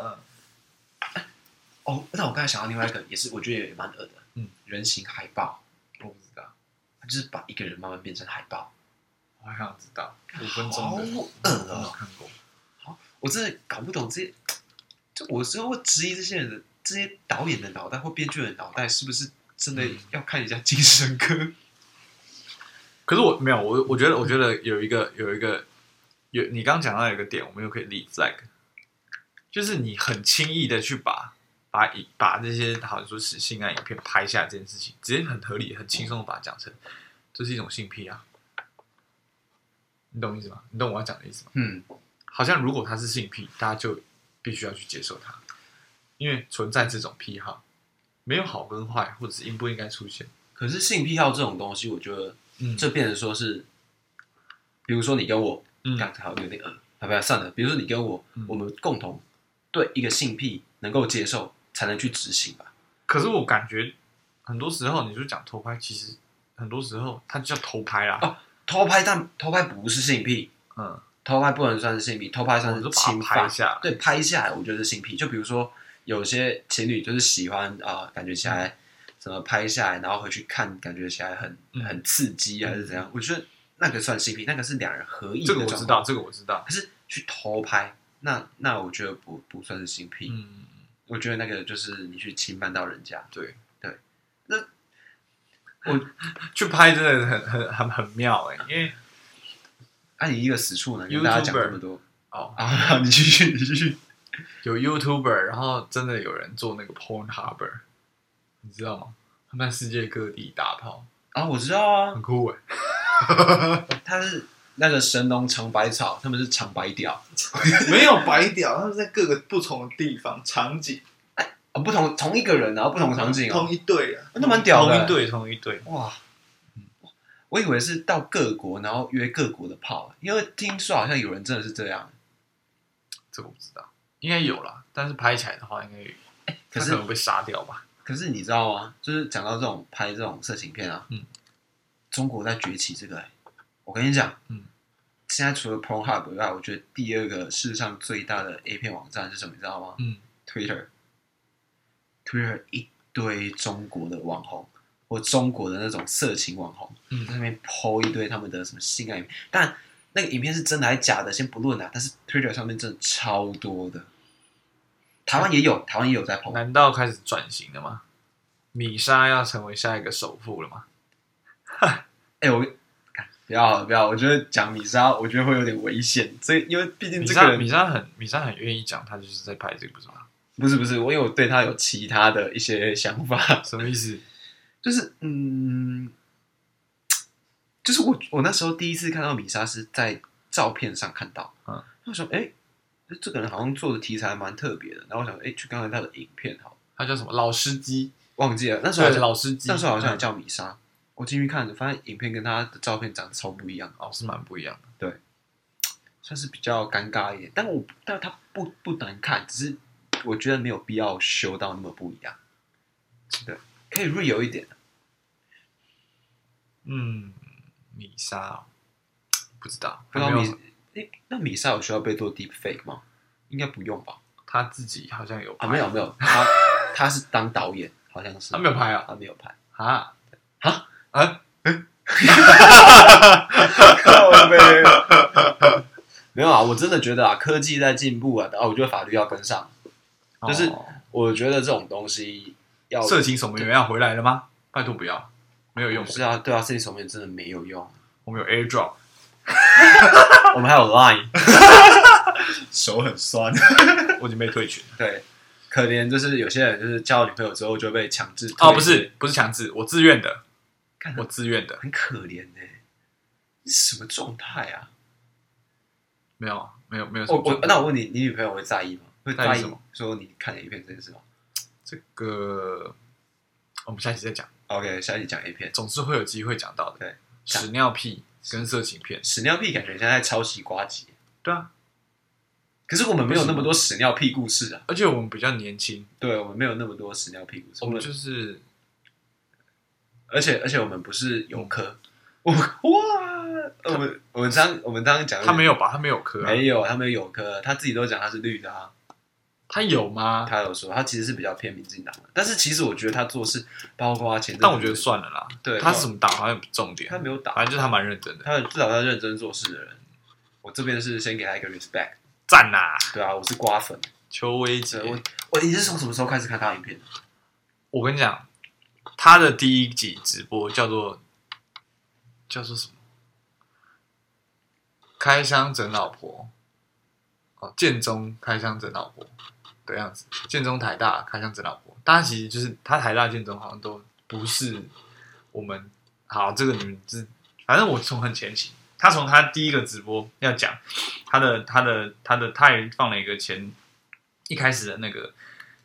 嗯，
哦，那我刚才想到另外一个，也是我觉得也蛮恶的，
嗯，
人形海报，
我不知道，
它就是把一个人慢慢变成海报，
我还想知道五分
好
钟的，
恶
我没有
哦！
看过。
我真的搞不懂这些，就我有时候会质疑这些人的这些导演的脑袋或编剧的脑袋是不是真
嗯
的要看一下精神科？
可是我没有，我我觉得，我觉得有一个有一个有你刚刚讲到有一个点，我们又可以立 flag，就是你很轻易的去把把一把这些好像说是性爱啊影片拍下这件事情，直接很合理、很轻松的把它讲成这是一种性癖啊，你懂我意思吗？你懂我要讲的意思吗？
嗯，
好像如果它是性癖，大家就必须要去接受它，因为存在这种癖好，没有好跟坏，或者是应不应该出现。
<laughs> 可是性癖好这种东西，我觉得
嗯
这变成说是，比如说你跟我，
嗯
刚才好像有点恶，啊，不要算了。比如说你跟我，
嗯
我们共同对一个性癖能够接受，才能去执行吧。
可是我感觉很多时候，你就讲偷拍，其实很多时候它就叫偷拍啦。
哦偷拍但偷拍不是性癖，
嗯，
偷拍不能算是性癖，偷拍算
我
是
就
侵
哦把它
犯
拍。下来。
对，拍下来我觉得是性癖。就比如说有些情侣就是喜欢啊、感觉起来什么拍下来，然后回去看，感觉起来很
嗯
很刺激啊还是怎样？我觉得那个算性癖，那个是两人合意的
这个我
状
知
况
道，这个我知道。
可是去偷拍，那那我觉得不不算是性癖，
嗯，
我觉得那个就是你去侵犯到人家。
对
对，
那我去拍真的很很很很妙哎、
<laughs>
因为
那、啊你一个死处呢，跟大家讲
YouTuber
这么多
哦
啊， <laughs> 你继续，你继续。
有 YouTuber，然后真的有人做那个 Porn Harbor，你知道吗？他们在世界各地打炮，
啊，我知道啊
很，酷哎、
他是那个神农尝百草，他们是尝百屌
<laughs> 没有白屌，他们在各个不同的地方场景，
啊，不同同一个人，然后不同场景哦，
同一队啊，
那蛮屌的、
嗯同一对，同一对。
哇。我以为是到各国，然后约各国的炮，因为听说好像有人真的是这样。
这个我不知道，应该有啦，但是拍起来的话，应该有。
哎
可
他
是
可能被杀掉吧？
可是你知道吗？就是讲到这种拍这种色情片啊，
嗯，
中国在崛起这个欸、我跟你讲，
嗯，
现在除了 Pornhub 以外，我觉得第二个世上最大的 A 片网站是什么？你知道吗
嗯，
？Twitter。Twitter 一堆中国的网红，或中国的那种色情网红，
嗯
在那边剖一堆他们的什么性爱影片，但那个影片是真的还是假的，先不论啦、啊但是 Twitter 上面真的超多的，台湾也有，台湾也有在剖。
难道开始转型了吗？米莎要成为下一个首富了吗？
哎、我干不要好了不要，我觉得讲米莎，我觉得会有点危险，所以因为毕竟
米
这个
莎
人
米莎很米莎很愿意讲，她就是在拍这个，不是吗？
不是不是，我因为我对他有其他的一些想法，
什么意思？
就是嗯，就是我我那时候第一次看到米莎是在照片上看到，
嗯，
我说哎、诶这个人好像做的题材还蛮特别的，然后我想哎、诶去看看他的影片好了，
她叫什么？老司机，
忘记了那时候
对
好，像
老司机，
那时候好像也
嗯
叫米莎，我进去看了，发现影片跟他的照片长得超不一样，
哦，是蛮不一样的。
算是比较尴尬一点，但我但他不不难看，只是我觉得没有必要修到那么不一样，对，可以 real 一点。
嗯，米莎、哦，不知道，
不
还
知
没
道
有
米，诶那米莎有需要被做 deep fake 吗？应该不用吧？
她自己好像有
啊，
拍
没有没有，他他是当导演，好像是
她没有拍啊
他没有拍。
啊
啊
啊！
没有啊，我真的觉得啊，科技在进步啊，啊，我觉得法律要跟上。就是
哦
我觉得这种东西要
色情守门员要回来了吗？拜哦托不要，没有用。
是啊，对啊，这层面真的没有用。
我们有 AirDrop，
我们还有 Line， <laughs>
手很酸。
<laughs> 我已经被退群了。
对，可怜就是有些人就是交了女朋友之后就被强制
哦，
退
不是，不是强制，我自愿的
干，
我自愿的，
很可怜呢、这是什么状态啊？
没有，没有，没有什
我
么
我
状态。
那我问你，你女朋友会在意吗？会
在意
在意
什么
说你看 A 片这件事吗
这个，我们下期再讲，
？OK，下一集讲 A 片，
总是会有机会讲到的。
对，
屎尿屁跟色情片，
屎尿屁感觉现在在抄袭瓜吉，
对啊，
可是我们没有那么多屎尿屁故事啊。
而且我们比较年轻，
对，我们没有那么多屎尿屁故事，
嗯
我
我
们
们就是
而且而且我们不是游客，
嗯
我哇，我们我们刚我们刚刚讲
他没有吧，他没有科、啊，
没有，他没有游客，他自己都讲他是绿的啊。
他有吗？
他有说他其实是比较偏民进党的，但是其实我觉得他做事，包括他前阵子，
但我觉得算了啦，
对
他是怎么打好像不重点
他，没有打，
反正就是他蛮认真的，
他至少他认真做事的人，我这边是先给他一个 respect。
赞呐、
对啊，我是瓜粉。
邱威杰
对，我我你是从什么时候开始看他的影片的？
我跟你讲，他的第一集直播叫做叫做什么？开箱整老婆，哦，建中开箱整老婆的样子，建中台大开箱整老婆，大家其实就是他台大建中好像都不是我们好，这个你们知，反正我从很前期，他从他第一个直播要讲他的他的他的，他也放了一个前一开始的那个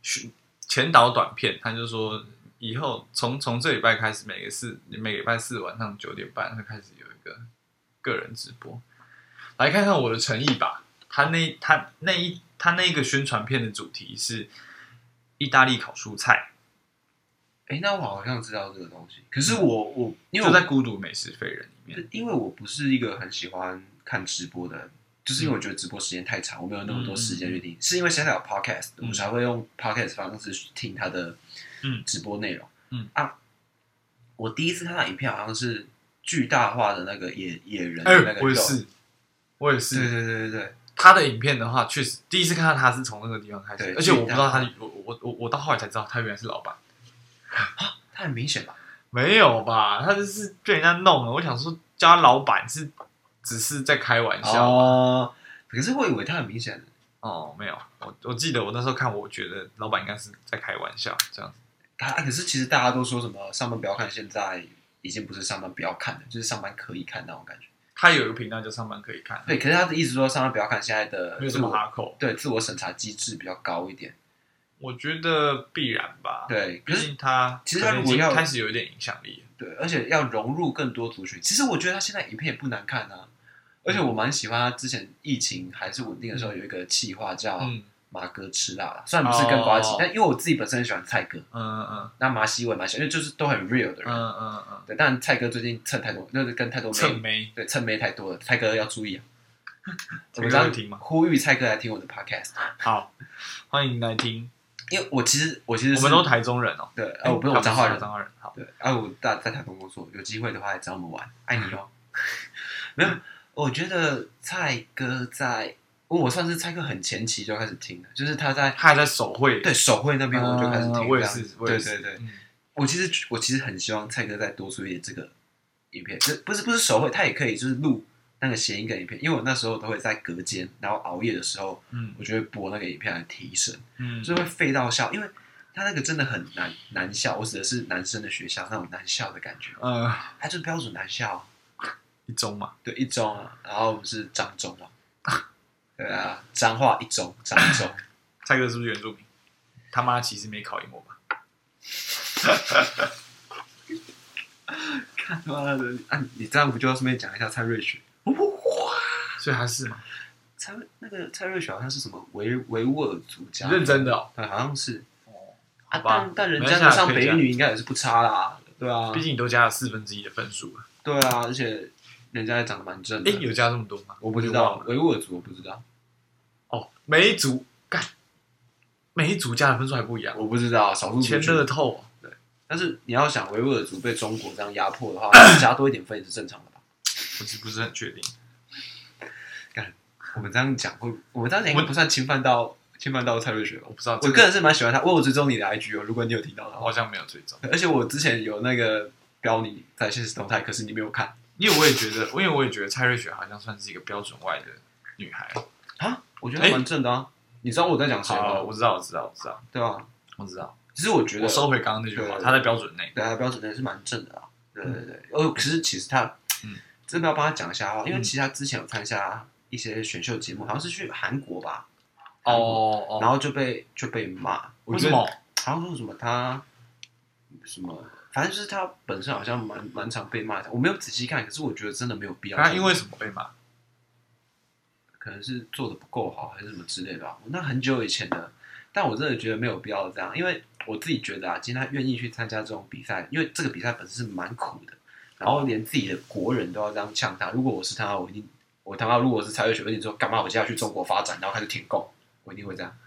选前导短片，他就说以后从从这礼拜开始，每个四每个礼拜四晚上九点半会开始有一个个人直播，来看看我的诚意吧。他那他那一他那个宣传片的主题是意大利烤蔬菜，
哎，那我好像知道这个东西，可是我我因为我
就在《孤独美食废人》里面。
因为我不是一个很喜欢看直播的人，就是因为我觉得直播时间太长，我没有那么多时间去听。是因为现在有 podcast，
嗯
我才会用 podcast 方式去听他的
嗯
直播内容。
嗯
啊，我第一次看到影片好像是巨大化的那个野野人
哎、
的那个
我也
肉，
是，我也
对
是。
对对对对，
他的影片的话，确实第一次看到他是从那个地方开始
对，
而且我不知道他，我我我我到后来才知道他原来是老板。
他很明显吧？
没有吧？他就是被人家弄了。我想说，叫他老板是只是在开玩笑哦
哦，可是我以为他很明显，
没有。我我记得我那时候看，我觉得老板应该是在开玩笑这样子。
他啊可是其实大家都说什么上班不要看，现在已经不是上班不要看的，就是上班可以看那种感觉。
他有一个频道叫上班可以看，
对，可是他的意思说上班不要看，现在的
没有
自
这么
我
哈口。
对自我审查机制比较高一点。
我觉得必然吧。，
对，可
毕
是
竟他
其实他
可能
如
已
果
经
要
开始有一点影响力了，
对，而且要融入更多族群。其实我觉得他现在影片也不难看啊，而
嗯
且我蛮喜欢他之前疫情还是稳定的时候有一个企划叫
嗯
马哥吃辣啦，虽然不是跟瓜吉
哦，
但因为我自己本身很喜欢蔡哥，
嗯嗯
那马西我也蛮喜欢，因为就是都很 real 的
嗯
人。
嗯嗯嗯，
对，但蔡哥最近蹭太多，那是跟太多
蹭
妹，
眉 <laughs>
对，蹭妹太多了，蔡哥要注意啊。我
这
们
个
这样
会听吗？
呼吁蔡哥来听我的 podcast，
好，欢迎来听。
因为我其实我其实
我
是
们都台中人哦，
对，啊，我不是我
他
彰化人，
彰化人。好，
对，啊，我大在台东工作，有机会的话来找我们
<laughs>
玩，爱你哦。没有，我觉得蔡哥在，哦我算是蔡哥很前期就开始听的，就是他在
他还在手绘。
对手绘那边我就开始听、
啊我也是
这样
我也是
对对对，
嗯，
我其实我其实很希望蔡哥再多出一点这个影片，就不是不是手绘，他也可以就是录那个谐音梗影片，因为我那时候都会在隔间，然后熬夜的时候，
嗯
我就会播那个影片来提神。
嗯，
就会废到笑，因为他那个真的很难难笑。我指的是男生的学校那种难笑的感觉，
呃，
他就是标准难笑。
一中嘛，
对，一中啊，然后我们是彰中啊，对啊，彰化一中，彰中。
蔡哥是不是原住民？他妈其实没考赢我吧？
看他 <laughs> 妈的，啊，你这样不就要顺便讲一下蔡瑞雪？
所以他是嘛？
蔡那个蔡瑞雪好像是什么维维吾尔族家，
认真的哦，
对，好像是。啊
好，吧
但但人
没
家
事啊
上
可以
北一
讲
女应该也是不差啦，对啊
毕，竟你都加了四分之一的分数了。
对啊，而且人家也长得蛮正的。
哎，有加这么多吗？
我不知
就忘
道
了
维吾尔族，我不知道。
哦，每一组干，每一组加的分数还不一样，
我不知道少数族
钱乐
群，
透哦。
但是你要想维吾尔族被中国这样压迫的话，加多一点分也是正常的吧？
我是不是很确定？
我们这样讲会，我们这样讲应该不算侵犯到侵犯到蔡瑞雪吧
我？不知道，
我
这
个人是蛮喜欢他，我有追踪你的 IG 哦，如果你有听到的话，
我好像没有追踪，
而且我之前有那个标你在现实动态，可是你没有看
因为我也觉得，因为我也觉得蔡瑞雪好像算是一个标准外的女孩。
啊？我觉得她蛮正的啊，你知道我在讲谁
好，
吗？
我知道，我知道，我知道，
对啊，
我知道。
其实我觉
我
得
收回刚刚那句
对
话，
对
她在标准内。
对啊，标准的是蛮正的啊。对对对，哦，可是其实他，
嗯
真的要帮他讲一下话，因为
嗯
其实他之前有参加一些选秀节目，好像是去韩国吧，
哦
韩国，然
哦，
后就被就被骂，我
为
觉
什
得
么？
好像说什么他什么，反正就是他本身好像蛮蛮常被骂的，我没有仔细看，可是我觉得真的没有必要。
她因为什么被骂？
可能是做的不够好，还是什么之类的吧。那很久以前的，但我真的觉得没有必要这样，因为我自己觉得啊，今天他愿意去参加这种比赛，因为这个比赛本身是蛮苦的，然后连自己的国人都要这样呛他。如果我是他，我一定，我他妈如果是蔡瑞雪，我一定说干嘛我就要去中国发展，然后开始舔供，我一定会这样。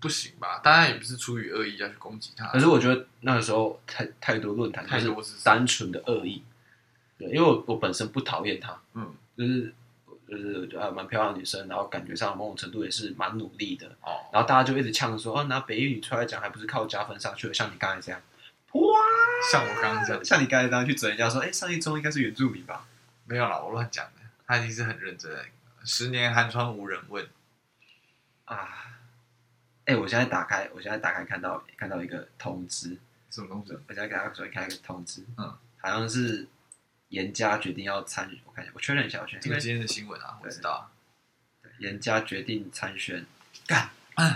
不行吧？当然也不是出于恶意要去攻击她
可。是我觉得那个时候太太多论坛
太多
就是是单纯的恶意，对，因为我我本身不讨厌他，
嗯，
就是就是呃蛮漂亮的女生，然后感觉上某种程度也是蛮努力的，
哦，
然后大家就一直呛说，哦，拿北一女出来讲，还不是靠加分上去的，像你刚才这样，哇，
像我刚刚这样，
像你刚才这样去整人家说，哎，上一中应该是原住民吧？
没有啦，我乱讲的。她已经是很认真的。十年寒窗无人问，
啊，哎，我现在打开，我现在打开看到看到一个通知，
什么东西？
我现在给大家首先看一个通知，
嗯，
好像是严家决定要参与，我看一下，我确认一下，我确认，
这
因
个
为
今天的新闻啊，我知道啊。
严家决定参选，干，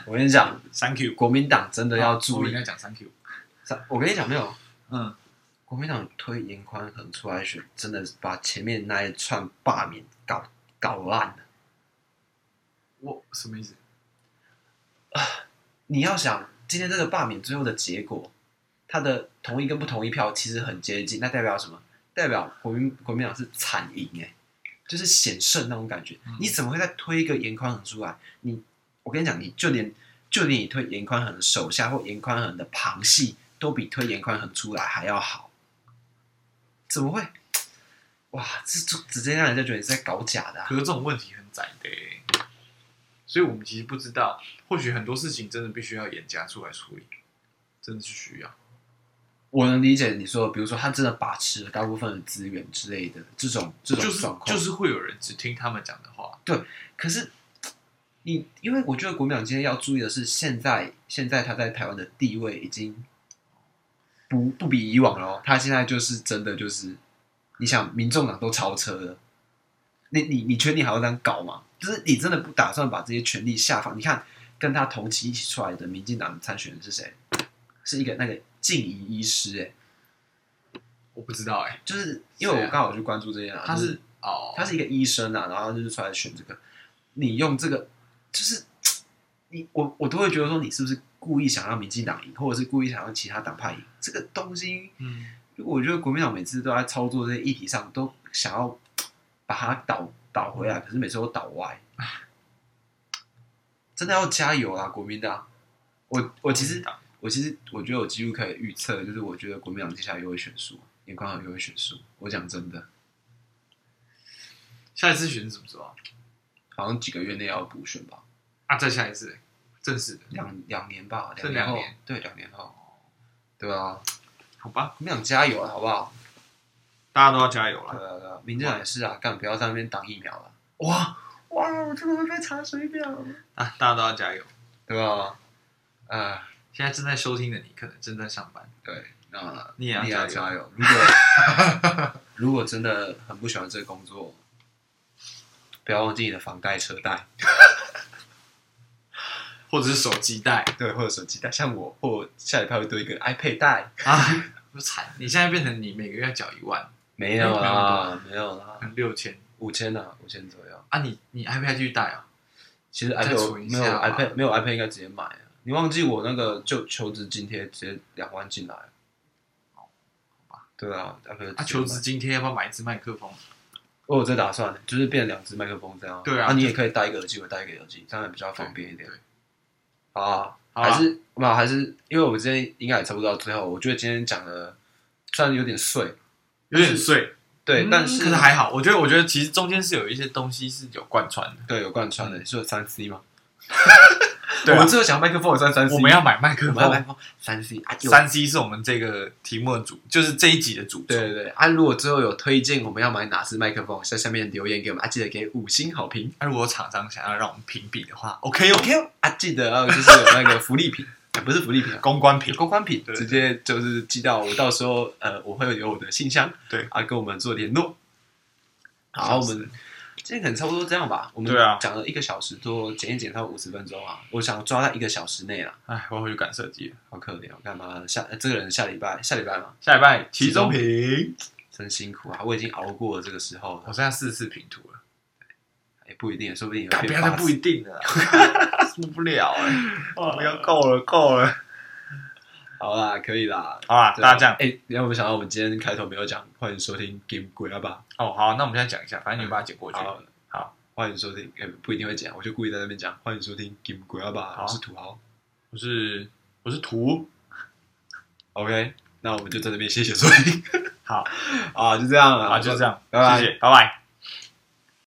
我跟你讲，
Thank you，
国民党真的要注
啊我应
意
该，讲 Thank you。
我跟你讲没有。
嗯，
国民党推严宽恒出来选，真的是把前面那一串罢免搞搞烂了。
我什么意思？
你要想，今天这个罢免最后的结果，他的同意跟不同意票其实很接近，那代表什么？代表国民国民党是惨赢哎、就是险胜那种感觉
嗯。
你怎么会再推一个严宽恒出来？你，我跟你讲，你就连就连你推严宽恒的手下或严宽恒的旁系，都比推严宽恒出来还要好。怎么会？哇，这这直接让人家觉得你是在搞假的、啊。
可是这种问题很窄的欸、所以我们其实不知道，或许很多事情真的必须要严加出来处理，真的是需要。
我能理解你说，比如说他真的把持了大部分的资源之类的这种这种
就是
状况，
就是会有人只听他们讲的话，
可是你，因为我觉得国民党今天要注意的是，现在现在他在台湾的地位已经不不比以往了哦，他现在就是真的就是，你想民众党都超车了，你你你确定还要这样搞吗？就是你真的不打算把这些权力下放？你看跟他同期一起出来的民进党参选人是谁？是一个那个静怡医师、欸，
我不知道哎、
就是因为我
谁啊
刚好去关注这件啊，
他
就是
哦，
他是一个医生啊，然后他就是出来选这个，你用这个就是你我我都会觉得说你是不是故意想让民进党赢，或者是故意想让其他党派赢？这个东西，
嗯，
如果我觉得国民党每次都在操作这些议题上，都想要把它倒倒回来，可是每次都倒歪，真的要加油啊，国民党！我我其实我其实我觉得我几乎可以预测，就是我觉得国民党接下来又会选输，也刚好又会选输。我讲真的，
下一次选是什么时候啊？
好像几个月内要补选吧，
啊，再下一次，正式的，
两两年吧，
这
两年后，
两年
对，两年后，对啊，
好吧，
国民党加油啊，好不好？
大家都要加油啦！
对啊对啊，民进党也是啊，干不要在那边挡疫苗了，
哇
哇，我真的会被查水表，
啊，大家都要加油！
对吧？啊。
现在正在收听的你，可能正在上班，
对，那
你也要
你
加油
加油。如果
<laughs>
如果真的很不喜欢这个工作，不要忘记你的房贷、车贷，
或者是手机贷
对，或者手机贷。像我，或下礼拜会多一个 iPad 贷。
啊，我惨！你现在变成你每个月要缴一万，
<laughs> 没有啦，没有啦，
可能六千
五千啦，五千左右。
啊你，你 iPad 继续贷啊？
其实
再
iPad 我
存一
没有
下吧
iPad 没有 iPad 应该直接买啊。你忘记我那个就求职津贴直接两万进来。对啊，iPad
哦
直接
啊，求
买
职津贴要不要买一支麦克风？
我有在打算，就是变两只麦克风这样。
对啊
啊，你也可以戴一个耳机，我戴一个耳机，这样也比较方便一点
对对。
啊，
好啊
还是没有，还是因为我们今天应该也差不多到最后，我觉得今天讲的虽然有点碎，
有点碎，
对，
嗯
但
可
是
是还好，我觉得我觉得其实中间是有一些东西是有贯穿的。
对有贯穿的，是有三 C 吗？
对啊
我们最后讲麦克风也算三 C，
我们要买麦克
我们要麦克，
风
风三 C 啊，有
三 C 是我们这个题目的主，就是这一集的主
对
轴。
对对啊，如果最后有推荐我们要买哪支麦克风，在下面留言给我们啊，记得给五星好评
那、如果厂商想要让我们评比的话，OK 哦，
，OK 哦啊，记得啊，就是有那个福利品， <laughs> 啊不是福利品啊，
公关评。
公关品，
对
直接就是寄到我到时候呃，我会有我的信箱，
对
啊，跟我们做联络。好，我们今天可能差不多这样吧，我们
对啊
讲了一个小时多，剪一剪到五十分钟啊，我想抓在一个小时内啦，
哎，我要回去赶设计了。
好可怜哦，干嘛下呃这个人下礼拜下礼拜嘛，
下礼拜
期
期
中
中评，
真辛苦啊，我已经熬过了这个时候
我
了，
剩下四次评图了，
也不一定，说不定也
干
会
不
变
要
八
再不
十
一定 <laughs> 了啊，受不了 <laughs> 哎、
不要
够了够了。
好啦，可以啦。
好啦，
对啊
大家这样
哎，你有没有想到我们今天开头没有讲？欢迎收听 Game 鬼阿爸，
哦，好，那我们现在讲一下，反正你把它剪过去。
好
好，
欢迎收听，哎、不一定会讲，我就故意在那边讲，欢迎收听 Game 鬼阿爸，
好
我是土豪。
我是我是图，
OK，那我们就在这边谢谢收听
好
<laughs> 啊，就这样了，
啊，就这样，
拜拜
谢谢，拜拜。